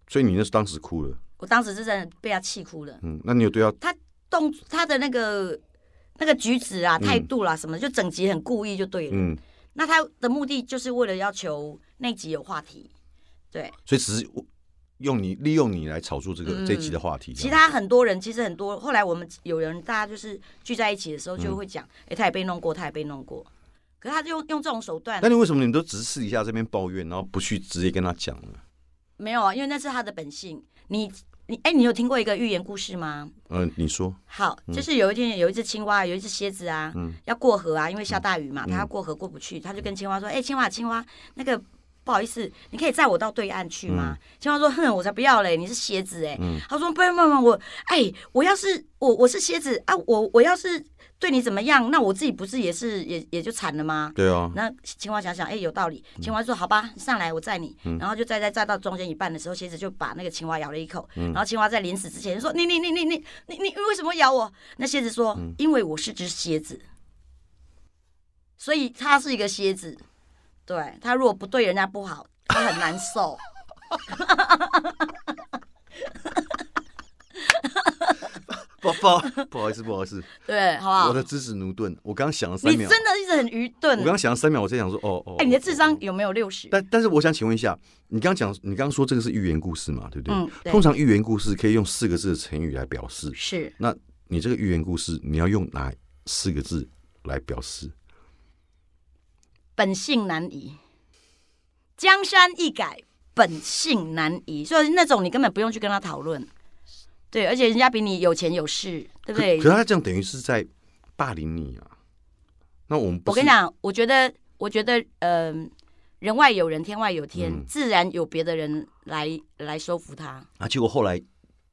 S2: 所以你那是当时哭了，
S1: 我当时是真的被他气哭了，
S2: 嗯，那你有对他
S1: 动他的那个那个举止啊、
S2: 嗯
S1: 态度啦、什么，就整集很故意就对了。
S2: 嗯，
S1: 那他的目的就是为了要求那集有话题，对。
S2: 所以只是用你利用你来炒作这个、
S1: 嗯
S2: 这一集的话题。
S1: 其他很多人其实很多，后来我们有人大家就是聚在一起的时候
S2: 嗯
S1: 就会讲，哎、他也被弄过，他也被弄过，可是他就用用这种手段
S2: 那，你为什么你们都只是私底下这边抱怨，然后不去直接跟他讲呢？
S1: 没有啊，因为那是他的本性。你你哎、你有听过一个寓言故事吗？
S2: 嗯、你说，
S1: 好，就是有一天有一只青蛙，有一只蝎子啊，
S2: 嗯
S1: 要过河啊，因为下大雨嘛，
S2: 嗯
S1: 它要过河过不去，它就跟青蛙说：“哎、青蛙，青蛙，那个不好意思，你可以载我到对岸去吗？”青蛙说：“哼，我才不要嘞，你是蝎子哎、
S2: 嗯
S1: 他说：“不不不，我哎、我要是我我是蝎子啊，我我要是对你怎么样，那我自己不是也是也也就惨了吗？
S2: 对啊，
S1: 那青蛙想想，哎、有道理。
S2: 嗯
S1: 青蛙说：“好吧，上来，我载你。然后就载载载到中间一半的时候，蝎子就把那个青蛙咬了一口。
S2: 嗯
S1: 然后青蛙在临死之前就说：“你你你你你
S2: 嗯
S1: 你你为什么咬我？”那蝎子说：“因为我是只蝎子。”所以他是一个蝎子，对他如果不对人家不好，他很难 受。
S2: 不 不不好意思不好意思，
S1: 对，好不
S2: 我
S1: 好
S2: 的？知识牛顿，我刚想了三
S1: 啊你
S2: 秒，
S1: 真的一直很愚
S2: 我
S1: 钝
S2: 刚。刚想了三秒，我在想说哦哦，
S1: 哎，你的
S2: 哦
S1: 智
S2: 哦
S1: 商有没有六十？
S2: 但但是我想请问一下，你刚刚讲，你刚刚说这个是寓言故事嘛，对不对？
S1: 嗯对
S2: 通常寓言故事可以用四个字的成语来表示。
S1: 是
S2: 那你这个寓言故事，你要用哪四个字来表示？
S1: 本性难移，江山易改，本性难移。所以那种你根本不用去跟他讨论，对，而且人家比你有钱有势，对不
S2: 可
S1: 对
S2: 可？是他这样等于是在霸凌你啊。那我们不
S1: 我
S2: 是
S1: 跟你，讲，我觉得，我觉得，嗯、人外有人，天外有天，
S2: 嗯
S1: 自然有别的人来来收服他。
S2: 啊，结果后来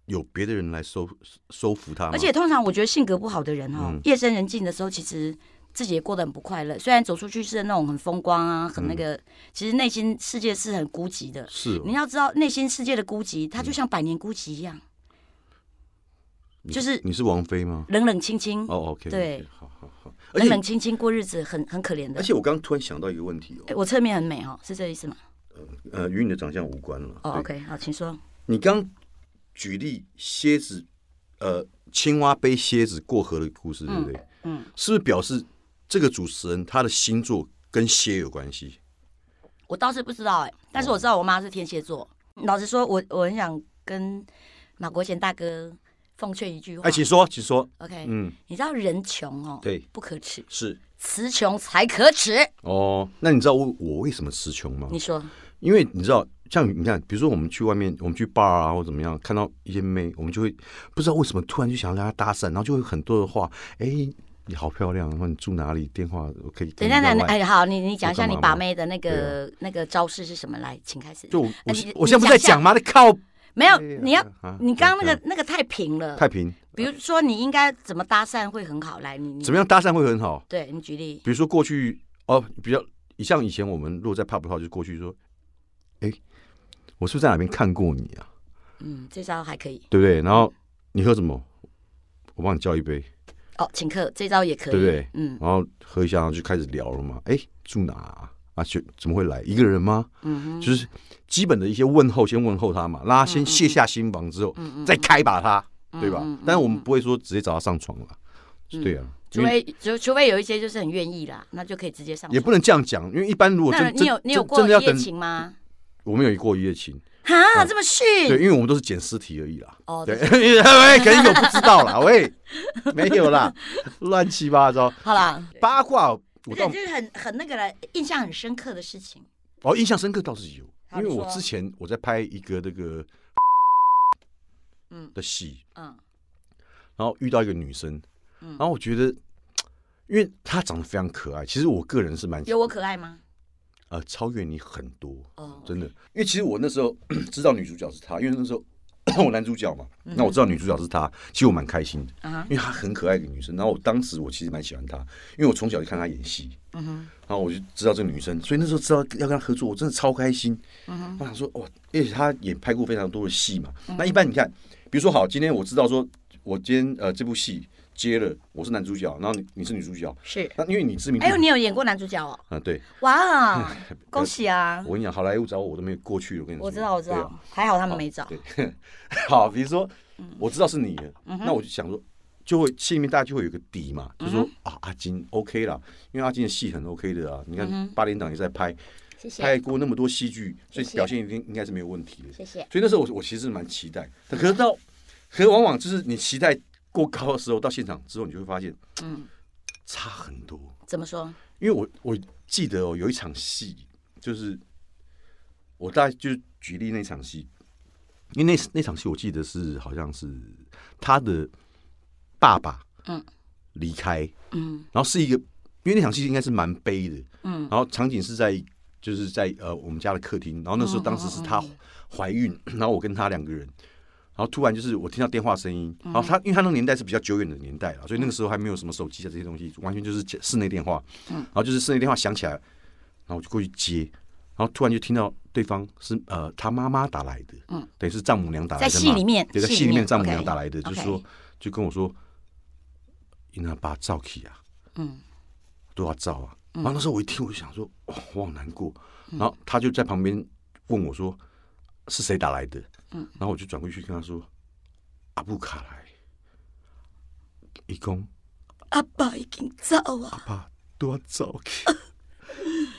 S2: 有别的人来收收服他吗，
S1: 而且通常我觉得性格不好的人哦，
S2: 嗯
S1: 夜深人静的时候，其实自己也过得很不快乐。虽然走出去是那种很风光啊，很那
S2: 嗯
S1: 个，其实内心世界是很孤寂的。
S2: 是哦
S1: 你要知道，内心世界的孤寂，它就像百年孤寂一样，
S2: 嗯你
S1: 就是
S2: 你是王菲吗？
S1: 冷冷清清，
S2: 哦，OK，
S1: 对
S2: 好好好。而
S1: 冷
S2: 且
S1: 冷清清过日子，很很可怜的
S2: 而。且我刚刚突然想到一个问题
S1: 哎
S2: 哦，
S1: 我侧面很美哦，是这意思吗？
S2: 呃，与你的长相无关了。
S1: 哦
S2: 对
S1: ，OK，好，请说。
S2: 你刚举例蝎子，呃，青蛙背蝎子过河的故事，对不对？
S1: 嗯，
S2: 是不是表示这个主持人他的星座跟蝎有关系？
S1: 我倒是不知道哎、但
S2: 哦
S1: 是我知道我妈是天蝎座。老实说，我我很想跟马国贤大哥奉劝一句话。
S2: 哎，请说，请说。
S1: OK，、
S2: 嗯，
S1: 你知道人穷哦，
S2: 对，
S1: 不可耻，
S2: 是
S1: 词穷才可耻。
S2: 哦。那你知道我我为什么词穷吗
S1: 你？说，
S2: 因为你知道，像你看，比如说我们去外面，我们去 bar 啊或怎么样，看到一些妹，我们就会不知道为什么突然就想要跟她搭讪，然后就会很多的话，哎，你好漂亮，啊然后你住哪里，电话我可以给
S1: 等
S2: 你
S1: 一下，
S2: 要
S1: 等一下，
S2: 赖。
S1: 哎，好，你你讲一
S2: 我
S1: 下
S2: 干嘛
S1: 你
S2: 吗啊
S1: 把妹的那个那个招式是什么？来，请开始。
S2: 就我我
S1: 哎你
S2: 我现在不是在
S1: 你讲
S2: 讲吗？你靠
S1: 没有
S2: 哎呀，
S1: 你要
S2: 啊
S1: 你刚刚
S2: 这
S1: 那
S2: 样
S1: 个那个太平了。
S2: 太平，
S1: 比如说，你应该怎么搭讪会很好？来，你你
S2: 怎么样搭讪会很好？
S1: 对你举例，
S2: 比如说过去哦，比较像以前我们如果在 pub 的话，就是过去说，哎、我是不是在哪边看过你啊？
S1: 嗯，这招还可以
S2: 对不对？然后你喝什么？我帮你叫一杯，
S1: 哦，请客这招也可以，
S2: 对不对
S1: 嗯
S2: 然后喝一下，然后就开始聊了嘛。哎、住哪啊？啊，就怎么会来一个人吗？
S1: 嗯哼，
S2: 就是基本的一些问候，先问候他嘛，让他先卸下心防之后，
S1: 嗯
S2: 再开把他，对吧？
S1: 嗯嗯嗯
S2: 但是我们不会说直接找他上床了，对啊，
S1: 除
S2: 因为
S1: 非除除非有一些就是很愿意啦，那就可以直接上床。
S2: 也不能这样讲，因为一般如果
S1: 那
S2: 真
S1: 你有
S2: 真
S1: 你有
S2: 真
S1: 过
S2: 真的要
S1: 一夜
S2: 等，
S1: 情吗？
S2: 我们有过一夜情。
S1: 哈，这么逊？
S2: 对，因为我们都是捡尸体而已啦。
S1: 哦，
S2: 对， 喂，可能有不知道啦，喂，没有啦，乱七八糟
S1: 好啦，
S2: 八卦， 我
S1: 对，
S2: 倒
S1: 就是很很那个了，印象很深刻的事情。
S2: 哦印象深刻倒是有，
S1: 好
S2: 因为
S1: 你
S2: 我
S1: 说
S2: 之前我在拍一个那个
S1: 嗯
S2: 的戏，
S1: 嗯
S2: 然后遇到一个女生，
S1: 嗯
S2: 然后我觉得，因为她长得非常可爱，其实我个人是蛮
S1: 有我可爱吗？
S2: 呃超越你很多，
S1: 哦，
S2: 真的，因为其实我那时候 知道女主角是她，因为那时候 我男主角嘛，
S1: 嗯
S2: 那我知道女主角是她，其实我蛮开心的。
S1: 啊哈，
S2: 因为她很可爱的女生，然后我当时我其实蛮喜欢她，因为我从小就看她演戏，
S1: 嗯哼，
S2: 然后我就知道这个女生，所以那时候知道要跟她合作，我真的超开心。我想说，哇，而且她也拍过非常多的戏嘛。
S1: 嗯
S2: 那一般你看，比如说好，今天我知道说，我今天呃这部戏接了，我是男主角，然后你你是女主角，
S1: 是。
S2: 那因为你知名度
S1: 哎呦，你有演过男主角哦？
S2: 啊，对
S1: 哇，哦恭喜啊！
S2: 我跟你讲，好莱坞找我我都没有过去，我跟你说，
S1: 我知道，我知
S2: 对
S1: 道嗯
S2: 啊，
S1: 还好他们没找。
S2: 对，啊 好，比如说我知道是你的，
S1: 嗯
S2: 那我就想说，就会心里面大家就会有个底嘛，就
S1: 嗯
S2: 说啊，阿金 OK 啦，因为阿金的戏很 OK 的啊，你
S1: 嗯
S2: 看八连档也在拍，
S1: 谢谢，
S2: 拍过那么多戏剧，所以
S1: 谢谢
S2: 表现一定应该是没有问题的。
S1: 谢谢。
S2: 所以那时候我我其实蛮期待，但可是到，可是往往就是你期待过高的时候，到现场之后，你就会发现，
S1: 嗯
S2: 差很多。
S1: 怎么说？
S2: 因为我我记得哦，有一场戏，就是我大概就举例那场戏，因为那那场戏我记得是好像是他的爸爸
S1: 嗯
S2: 离开，
S1: 嗯
S2: 然后是一个，因为那场戏应该是蛮悲的，
S1: 嗯，
S2: 然后场景是在就是在呃我们家的客厅，然后那时
S1: 嗯
S2: 候当时是她怀孕，然后我跟她两个人，然后突然就是我听到电话声音，
S1: 嗯
S2: 然后她因为她那个年代是比较久远的年代了，所以那个时候还没有什么手机啊这些东西，完全就是室内电话，
S1: 嗯
S2: 然后就是室内电话响起来，然后我就过去接。然后突然就听到对方是呃她妈妈打来的，
S1: 嗯
S2: 等于啊是丈母娘打来
S1: 在
S2: 的
S1: 戏
S2: 嘛
S1: 里面，
S2: 对，在戏里面丈母娘
S1: OK
S2: 打来的，就
S1: OK
S2: 说就跟我说，你那把照起啊，
S1: 嗯
S2: 都要照啊，然后那时候我一听，我就想说，哇，我好难过。
S1: 嗯
S2: 然后他就在旁边问我说，是谁打来的？
S1: 嗯
S2: 然后我就转过去跟他说，阿布卡来，义工
S1: 阿爸已经走啊，
S2: 爸都要走。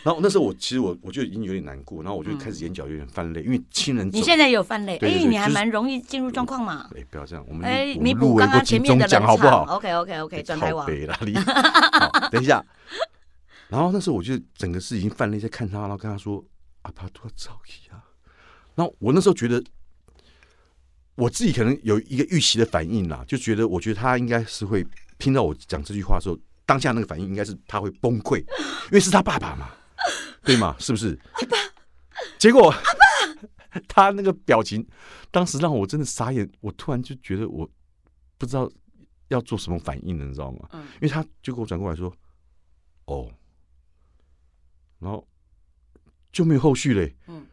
S2: 然后那时候我其实我我就已经有点难过，然后我就开始眼角有点泛泪，因为亲人
S1: 嗯
S2: 走
S1: 你现在也有犯累，
S2: 对对
S1: 哎，
S2: 对
S1: 你还
S2: 就是
S1: 蛮容易进入状况嘛。
S2: 哎，不要这样，我们
S1: 哎，
S2: 我
S1: 弥
S2: 们
S1: 补
S2: 入围
S1: 刚
S2: 过
S1: 刚前
S2: 金
S1: 面
S2: 钟
S1: 的
S2: 奖
S1: 冷
S2: 好不好
S1: 场。？OK OK OK，转台
S2: 好
S1: 王。
S2: 北 啦，你好，等一下。然后那时候我就整个是已经犯泪在看他，然后跟他说：“阿爸都要早起啊。”然后我那时候觉得，我自己可能有一个预期的反应啦，就觉得我觉得他应该是会听到我讲这句话的时候，当下那个反应应该是他会崩溃，因为是他爸爸嘛，对吗？是不是？ 结果他那个表情，当时让我真的傻眼，我突然就觉得我不知道要做什么反应了，你知道吗？
S1: 嗯
S2: 因为他就给我转过来说：“哦。”然后就没有后续嘞，
S1: 嗯，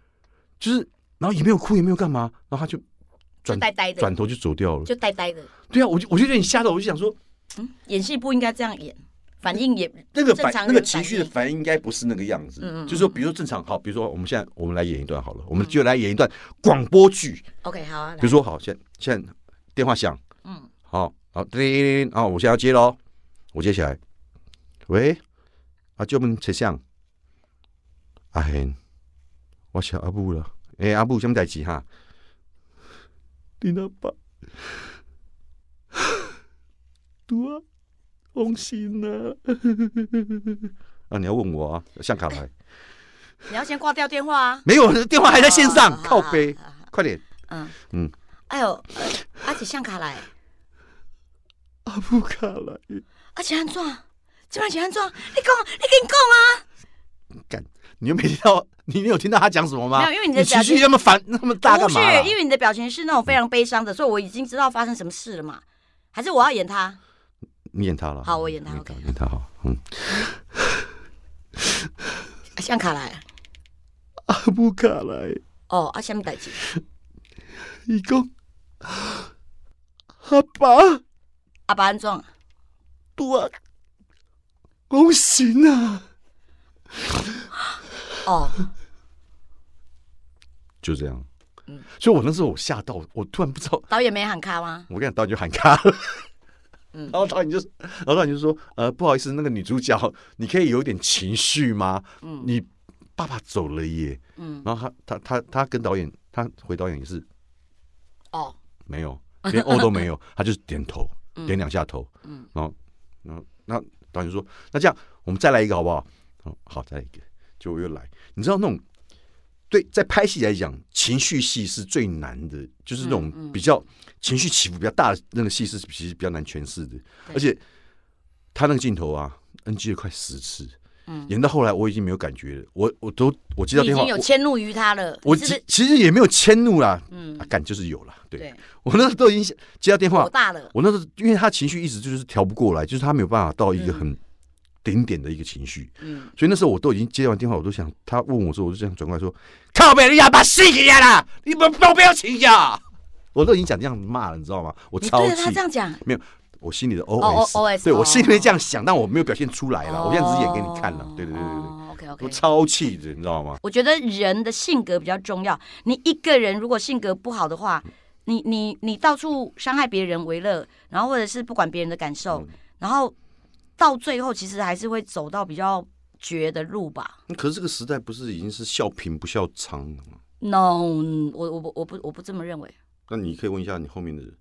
S2: 就是然后也没有哭，也没有干嘛，然后他就
S1: 就
S2: 转
S1: 呆呆的，
S2: 转头就走掉了。
S1: 就呆呆的。
S2: 对啊，我就我就有点吓到，我就想说，
S1: 嗯，演戏不应该这样演，反应也
S2: 那个
S1: 正
S2: 反
S1: 常人
S2: 那个情绪的
S1: 反应
S2: 反应应该不是那个样子，
S1: 嗯嗯嗯嗯
S2: 就是说，比如说正常好，比如说我们现在我们来演一段好了，我们就来演一段广播剧，
S1: OK 好啊。来
S2: 比如说好，现在现在电话响，
S1: 嗯，
S2: 好，好，叮叮叮，好，我现在要接喽，我接起来，喂，阿舅们车厢，阿贤，我是阿母了，诶、阿母什么代志哈？你阿爸， 拄啊，放心啊，啊，你要问我啊，向卡牌，
S1: 你要先挂掉电话啊。
S2: 没有，电话还在线上，
S1: 哦
S2: 靠背，。
S1: 好好好好
S2: 快点，
S1: 嗯
S2: 嗯
S1: 嗯。哎呦，呃阿姐向卡来，
S2: 阿母卡来，
S1: 阿姐啊安怎？今晚姐安怎？啊你讲，你跟你讲啊。
S2: 你又没听到，你你有听到他讲什么吗？
S1: 没有因为你的
S2: 情
S1: 表
S2: 绪
S1: 情
S2: 那么烦，那么大干嘛啦？
S1: 不是，因为你的表情是那种非常悲伤的，所以我已经知道发生什么事了嘛。还是我要演他？
S2: 你演他了。
S1: 好我演他
S2: 你
S1: OK
S2: 演他好。嗯，
S1: 啊向卡来，
S2: 阿布卡来，
S1: 哦，啊，什么代志？
S2: 伊讲阿爸
S1: 阿啊爸安怎？
S2: 多恭喜啊！
S1: 哦，
S2: 就这样。
S1: 嗯
S2: 所以我那时候我吓到，我突然不知道，
S1: 导演没喊卡吗？
S2: 我跟你讲导演就喊卡了。
S1: 啊嗯
S2: 然后导演就，然后导演就说：“呃，不好意思，那个女主角，你可以有点情绪吗？
S1: 嗯
S2: 你爸爸走了耶。
S1: 嗯”，
S2: 然后他他他他跟导演，他回导演也是
S1: 哦，
S2: 没有，连哦都没有， 他就是点头，
S1: 嗯
S2: 点两下头，
S1: 嗯
S2: 然后，然后那导演说，那这样我们再来一个好不好？哦，好，再来一个，结果又来，你知道那种对在拍戏来讲，情绪戏是最难的，就是那
S1: 嗯
S2: 种
S1: 嗯
S2: 比较情绪起伏比较大的那个戏是其实比较难诠释的，
S1: 对
S2: 而且他那个镜头啊，NG 了快十次，
S1: 嗯，
S2: 演到后来我已经没有感觉了，我我都我接到
S1: 你已
S2: 电话
S1: 经，有迁怒于他了，
S2: 我我
S1: 你是不
S2: 其
S1: 是？
S2: 其实也没有迁怒啦，
S1: 嗯
S2: 啊，，干就是有啦，对
S1: 对，
S2: 我那时候都已经接到电话
S1: 火，大了，
S2: 我那时候因为他情绪一直就是调不过来，就是他没有办法到一个很顶点的一个情绪，
S1: 嗯，
S2: 所以那时候我都已经接完电话，我都想他问我的时候，我就这样转过来说：“靠北，你要把戏给他啦，你们都不要情呀！”我都已经讲这样骂了，你知道吗？我
S1: 你
S2: 超
S1: 对着
S2: 气
S1: 他，这样讲，
S2: 我心里的
S1: 哦
S2: OS，,
S1: OS
S2: 对
S1: 哦
S2: 我心里面这样想，但我没有表现出来了，
S1: 哦
S2: 我现在只是演给你看了。对对对对对，
S1: ，OK
S2: 我
S1: OK。
S2: 超气的，你知道吗？
S1: 我觉得人的性格比较重要。你一个人如果性格不好的话，你你你到处伤害别人为乐，然后或者是不管别人的感受，
S2: 嗯
S1: 然后到最后其实还是会走到比较绝的路吧。
S2: 可是这个时代不是已经是笑贫不笑娼了吗？
S1: No，我我不我不我不这么认为。
S2: 那你可以问一下你后面的人，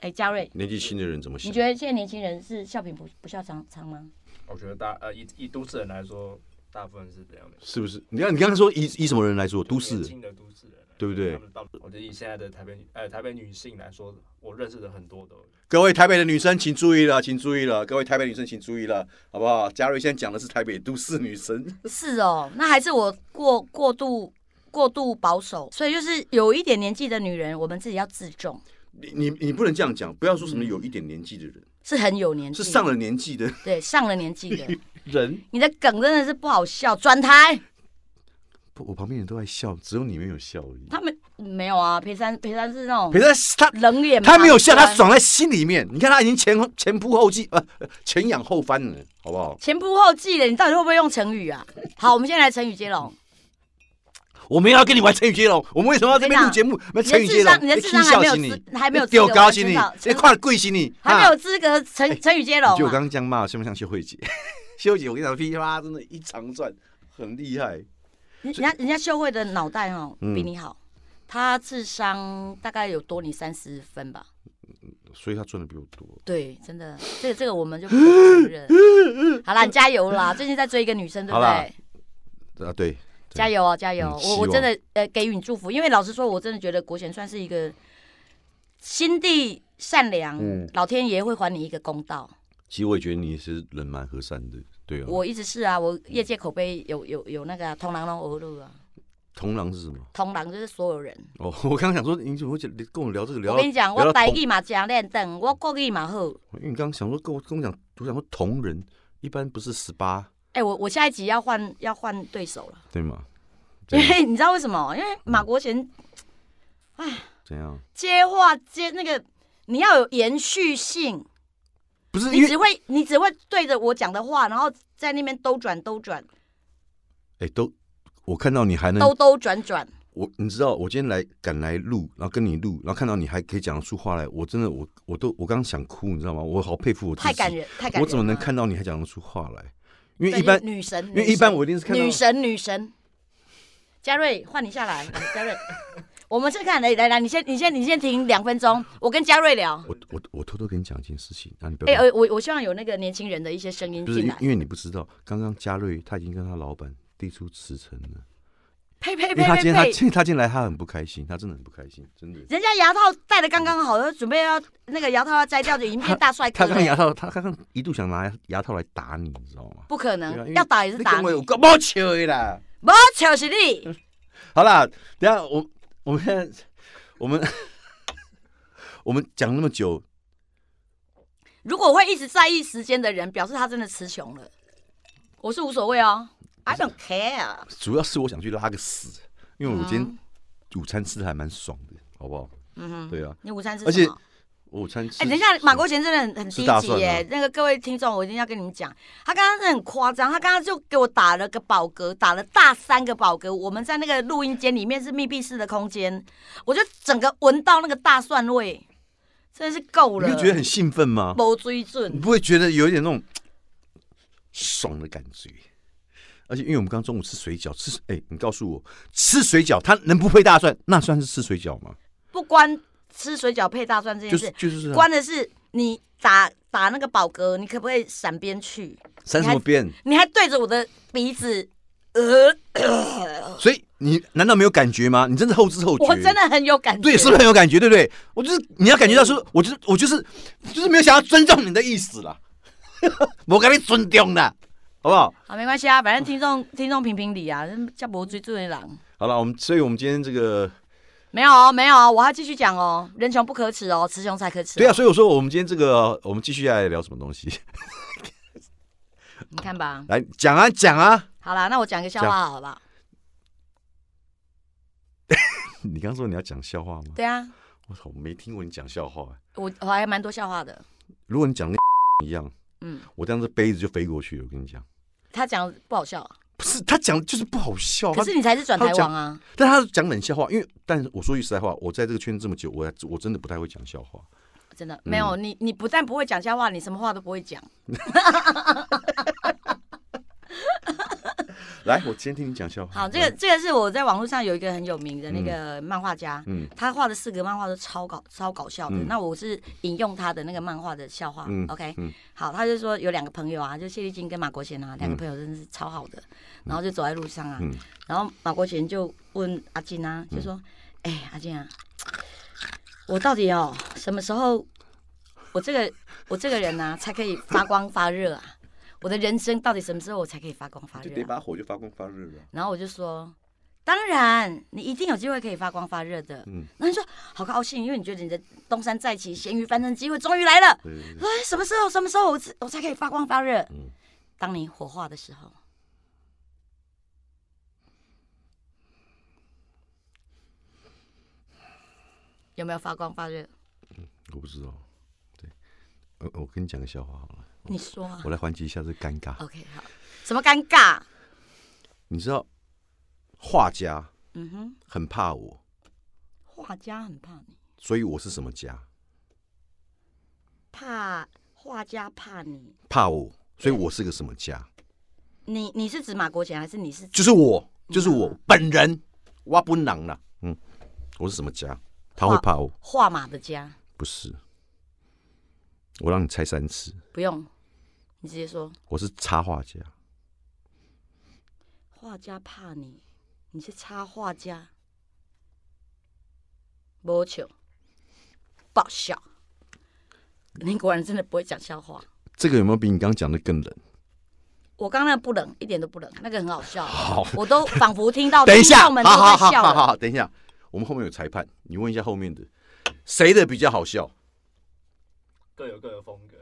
S1: 哎，嘉瑞，
S2: 年纪轻的人怎么
S1: 你
S2: 想？
S1: 觉得现在年轻人是笑贫不不笑娼娼吗？
S3: 我觉得大呃以以都市人来说，大部分是这样的。
S2: 是不是？你看你刚才说以以什么人来说，都市
S3: 年
S2: 人。
S3: 轻嗯的都市人来说，
S2: 对不对
S3: 他们到我觉得以现在的台北女呃台北女性来说，我认识的很多都
S2: 各位台北的女生，请注意了，请注意了，各位台北女生，请注意了，好不好？嘉瑞现在讲的是台北都市女神，
S1: 是哦，那还是我过过度过度保守，所以就是有一点年纪的女人，我们自己要自重，
S2: 你你你不能这样讲，不要说什么有一点年纪的人，
S1: 是很有年纪，
S2: 是上了年纪的
S1: 对上了年 纪的。
S2: 人。
S1: 你的梗真的是不好笑，转台。
S2: 不，我旁边人都在笑，只有你没有笑而已。
S1: 他们没有啊，裴三裴三是那种
S2: 别在他
S1: 冷脸嘛，
S2: 他没有笑，
S1: 对啊
S2: 他爽在心里面。你看他已经前前仆后继，呃，前仰后翻了，好不好？
S1: 前仆后继的，你到底会不会用成语啊？好，我们现在来成语接龙。
S2: 我们要跟你玩成语接龙，我们为什么要这边录节目？我们
S1: 你的
S2: 成语接
S1: 智
S2: 龙
S1: 商，，你的
S2: 你
S1: 智商还没有资，还没有资格
S2: 丢高
S1: 玩
S2: 心
S1: 成
S2: 里
S1: 长，
S2: 你
S1: 成
S2: 跨贵心里，
S1: 还没
S2: 啊
S1: 有资格成成语接龙
S2: 就我刚
S1: 啊。
S2: 刚这样骂，像不像秀慧姐？ 秀慧姐，我跟你讲，噼里啪啦，真的，一长串，很厉害。
S1: 人家人家秀慧的脑袋哦
S2: 嗯
S1: 比你好，她智商大概有多你三十分吧。
S2: 所以她赚的比我多。
S1: 对，真的，这个这个我们就不得不承认。 好啦，你加油啦！最近在追一个女生，对不
S2: 好啦
S1: 对？
S2: 啊，对，对
S1: 加油哦，加油！
S2: 嗯希
S1: 我
S2: 望
S1: 我真的呃给予你祝福，因为老实说，我真的觉得国贤算是一个心地善良，
S2: 嗯
S1: 老天爷会还你一个公道。
S2: 其实我也觉得你是人蛮和善的，对啊。
S1: 我一直是啊，我业界口碑有有有那个啊同狼龙鹅路啊，
S2: 同狼是什么？
S1: 同狼就是所有人。
S2: 哦， 我刚刚想说，你怎么会讲跟我聊这个聊
S1: 我
S2: 到？
S1: 跟你讲，
S2: 聊
S1: 我
S2: 到
S1: 台
S2: 同，
S1: 语嘛讲练等，我国语嘛好。
S2: 因为你刚刚想说跟我跟我讲，我想说同人一般不是十八
S1: 哎、我我下一集要换要换对手了，
S2: 对 吗？
S1: 因
S2: 怎样
S1: 为你知道为什么？因为马国贤
S2: 怎样？
S1: 接话接那个，你要有延续性，
S2: 不是因
S1: 你
S2: 为
S1: 只会你只会对着我讲的话，然后在那边兜转兜转
S2: 哎、都我看到你还能
S1: 兜兜转转。
S2: 我你知道，我今天来赶来录，然后跟你录，然后看到你还可以讲得出话来，我真的我我都我刚刚想哭，你知道吗？我好佩服我自己，
S1: 太感人，太感人了！
S2: 我怎么能看到你还讲得出话来？因为
S1: 对
S2: 一般
S1: 就，女神？
S2: 因
S1: 因
S2: 为一般我一定是看到
S1: 女神女神，嘉瑞换你下来，来嘉瑞， 我们先看来来来，你先你先你先停两分钟，我跟嘉瑞聊。
S2: 我我我偷偷跟你讲一件事情，那你不
S1: 哎、呃
S2: 要、
S1: 呃我我希望有那个年轻人的一些声音
S2: 不是
S1: 进
S2: 因
S1: 来。
S2: 因为你不知道，刚刚嘉瑞他已经跟他老板递出辞呈了，
S1: 呸呸
S2: 因为
S1: 呸
S2: 他
S1: 呸
S2: 今天他
S1: 呸！
S2: 今天他今天来他很不开心，他真的很不开心，真的。
S1: 人家牙套戴的刚刚好，要准备要那个牙套要摘掉，就已经变大帅哥
S2: 他刚
S1: 了。
S2: 牙套，他刚刚一度想拿牙套来打你，你知道吗？
S1: 不可
S2: 对啊因
S1: 能，
S2: 为
S1: 要打也是
S2: 你
S1: 打
S2: 跟
S1: 你
S2: 我。有个毛球的啦。
S1: 我就是你，
S2: 好啦，等一下我我们现在我们我们讲那么久，
S1: 如果会一直在意时间的人，表示他真的词穷了。我是无所谓哦，I don't care。
S2: 主要是我想去拉个屎，因为我今
S1: 嗯
S2: 天午餐吃的还蛮爽的，好不好？
S1: 嗯哼，
S2: 对啊，
S1: 你午餐吃
S2: 而
S1: 什
S2: 且
S1: 么？
S2: 我午餐吃。
S1: 哎、等一下，马国贤真的很很低
S2: 是大
S1: 级
S2: 蒜
S1: 耶、
S2: 啊
S1: 那个各位听众，我一定要跟你们讲，他刚刚真的很夸张，他刚刚就给我打了个饱嗝，打了大三个饱嗝。我们在那个录音间里面是密闭式的空间，我就整个闻到那个大蒜味，真的是够
S2: 你
S1: 了。
S2: 会觉得很兴奋吗？
S1: 没追
S2: 你
S1: 准？
S2: 不会觉得有一点那种爽的感觉？而且因为我们刚刚中午吃水饺，吃哎、你告诉我，吃水饺它能不配大蒜？那算是吃水饺吗？
S1: 不关吃水饺配大蒜这件
S2: 就是
S1: 事，
S2: 就是啊
S1: 关的是你打打那个饱嗝，你可不可以闪边去？
S2: 三什么变？
S1: 你还对着我的鼻子，呃，
S2: 所以你难道没有感觉吗？你真的后知后觉，
S1: 我真的很有感觉。
S2: 对，嗯是不是很有感觉？对不对？我就是你要感觉到说，我就是我就是就是没有想要尊重你的意思啦， 我给你尊重啦，好不好？
S1: 好，没关系啊，反正听众听众评评理啊，叫博追追狼。
S2: 好了，我们所以我们今天这个
S1: 没有哦，没有哦，我还继续讲哦，人穷不可耻哦，雌雄才可耻、
S2: 对啊，，所以我说我们今天这个我们继续来聊什么东西？
S1: 你看吧。
S2: 来讲啊讲啊！
S1: 好啦，那我讲一个笑话好不好？
S2: 你刚说你要讲笑话吗？
S1: 对啊，
S2: 我操，我没听过你讲笑话、啊
S1: 我我还蛮多笑话的。
S2: 如果你讲跟 一样，
S1: 嗯，
S2: 我这样子杯子就飞过去了。我跟你讲，
S1: 他讲不好笑，
S2: 不是他讲就是不好笑，
S1: 可
S2: 哦他
S1: 是你才是转台王啊。
S2: 但他讲冷笑话，因为但我说句实在话，我在这个圈子这么久，我我真的不太会讲笑话。
S1: 真的没
S2: 嗯
S1: 有你，你不但不会讲笑话，你什么话都不会讲。
S2: 来，我先听你讲笑话。
S1: 好，这个这个是我在网络上有一个很有名的那个漫画家，
S2: 嗯
S1: 他画的四个漫画都超搞超搞笑的。
S2: 嗯
S1: 那我是引用他的那个漫画的笑话、
S2: 嗯
S1: o k
S2: 嗯
S1: 好，他就说有两个朋友啊，就谢丽金跟马国贤啊，两个朋友真的是超好的，然后就走在路上啊，
S2: 嗯
S1: 然后马国贤就问阿金啊，就说：“哎、阿金啊，我到底哦什么时候我这个我这个人呢、啊、才可以发光发热啊？我的人生到底什么时候我才可以发光发热、啊？”
S2: 把火就发光发热了。
S1: 然后我就说，当然，你一定有机会可以发光发热的。
S2: 嗯
S1: 然后你说好高兴，因为你觉得你的东山再起、咸鱼翻身机会终于来了。
S2: 对对对，
S1: 哎，什么时候？什么时候我才我才可以发光发热？
S2: 嗯
S1: 当你火化的时候。有没有发光发热？
S2: 我不知道。对，呃，我跟你讲个笑话好了，
S1: 你说啊
S2: 我来缓解一下这尴尬。
S1: ，OK，好，什么尴尬？
S2: 你知道，画家
S1: 嗯哼，
S2: 很怕我，
S1: 画家很怕你，
S2: 所以我是什么家？
S1: 怕画家怕你，
S2: 怕我，所以我是个什么家？
S1: 你你是指马国贤还是你是
S2: 就是我，就是我
S1: 嗯
S2: 本人，挖不囊了。嗯，我是什么家？他会怕我？
S1: 画马的家？
S2: 不是。我让你猜三次，
S1: 不用，你直接说，
S2: 我是插画家。
S1: 画家怕你，你是插画家，无球，爆笑。你果然真的不会讲笑话。
S2: 这个有没有比你刚刚讲的更冷？
S1: 我刚刚那个不冷，一点都不冷，那个很好笑，
S2: 好，
S1: 我都仿佛听到
S2: 等一
S1: 听众
S2: 下，好
S1: 哦们都在
S2: 好好
S1: 笑
S2: 好
S1: 了。
S2: 好，等一下，我们后面有裁判，你问一下后面的，谁的比较好 笑？
S3: 各有各的风格。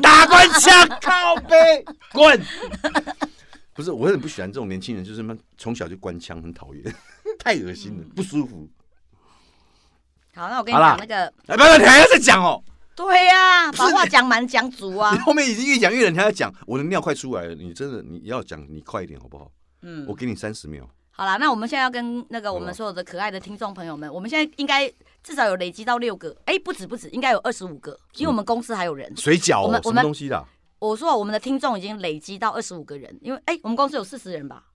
S2: 打官腔，靠背， 滚！不是，我很不喜欢这种年轻人，就是他妈从小就官腔，很 讨厌，太恶心
S1: 嗯
S2: 了，不舒服。
S1: 好，那我跟你
S2: 好啦
S1: 讲那个，
S2: 哎，不要，你还要再讲哦！
S1: 对呀、
S2: 是
S1: 把话讲满讲足啊
S2: 你。后面已经越讲越冷，你还要讲，我的尿快出来了，你真的你要讲，你快一点好不好？
S1: 嗯
S2: 我，给你三十秒。
S1: 好啦，那我们现在要跟那个我
S2: 好
S1: 们
S2: 啊
S1: 所有的可爱的听众朋友们，我们现在应该至少有累积到六个，哎、不止不止，应该有二十五个，因为我们公司还有人。
S2: 水饺
S1: 我
S2: 哦
S1: 们，
S2: 什
S1: 我
S2: 么
S1: 们
S2: 东西啦？
S1: 我说我们的听众已经累积到二十五个人，因为哎、我们公司有四十人吧？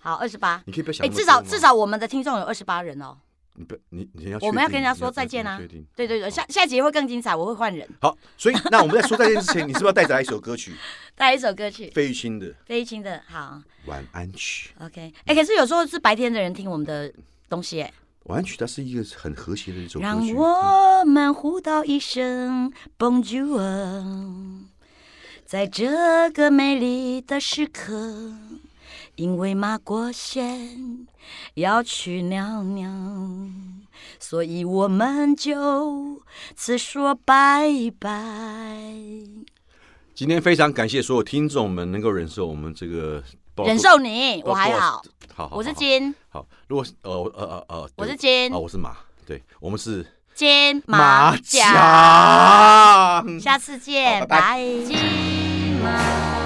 S1: 好，二十八。
S2: 你可以不要想
S1: 哎，
S2: 那么
S1: 至
S2: 多
S1: 少
S2: 嘛
S1: 至少我们的听众有二十八人哦。
S2: 你不要你你要
S1: 我们要
S2: 确定
S1: 跟人家说
S2: 你
S1: 再见啊
S2: 确定
S1: 对对对，下下集会更精彩，我会换人，
S2: 好，所以那我们在说再见之前，你是不是要带着来一首歌曲，
S1: 带来一首歌曲，
S2: 费玉清的《
S1: 费玉清的。好
S2: 晚安曲》？
S1: ，OK。哎、可是有时候是白天的人听我们的东西、哎。
S2: 晚安曲它是一个很和谐的一首歌
S1: 让
S2: 曲。
S1: 我们互道一声 Bonjour，在这个美丽的时刻，因为马国贤要去尿尿，所以我们就此说拜拜。
S2: 今天非常感谢所有听众们能够忍受我们这 个报
S1: 忍受你，
S2: 多
S1: 我还
S2: 多
S1: 好，
S2: 好好，
S1: 我是
S2: 好
S1: 金
S2: 好。如果是呃呃呃呃，
S1: 我
S2: 对
S1: 是金
S2: 哦，我是马，对我们是
S1: 金马甲，
S2: 甲。
S1: 下次见，
S2: 嗯好拜拜
S1: 拜金马甲。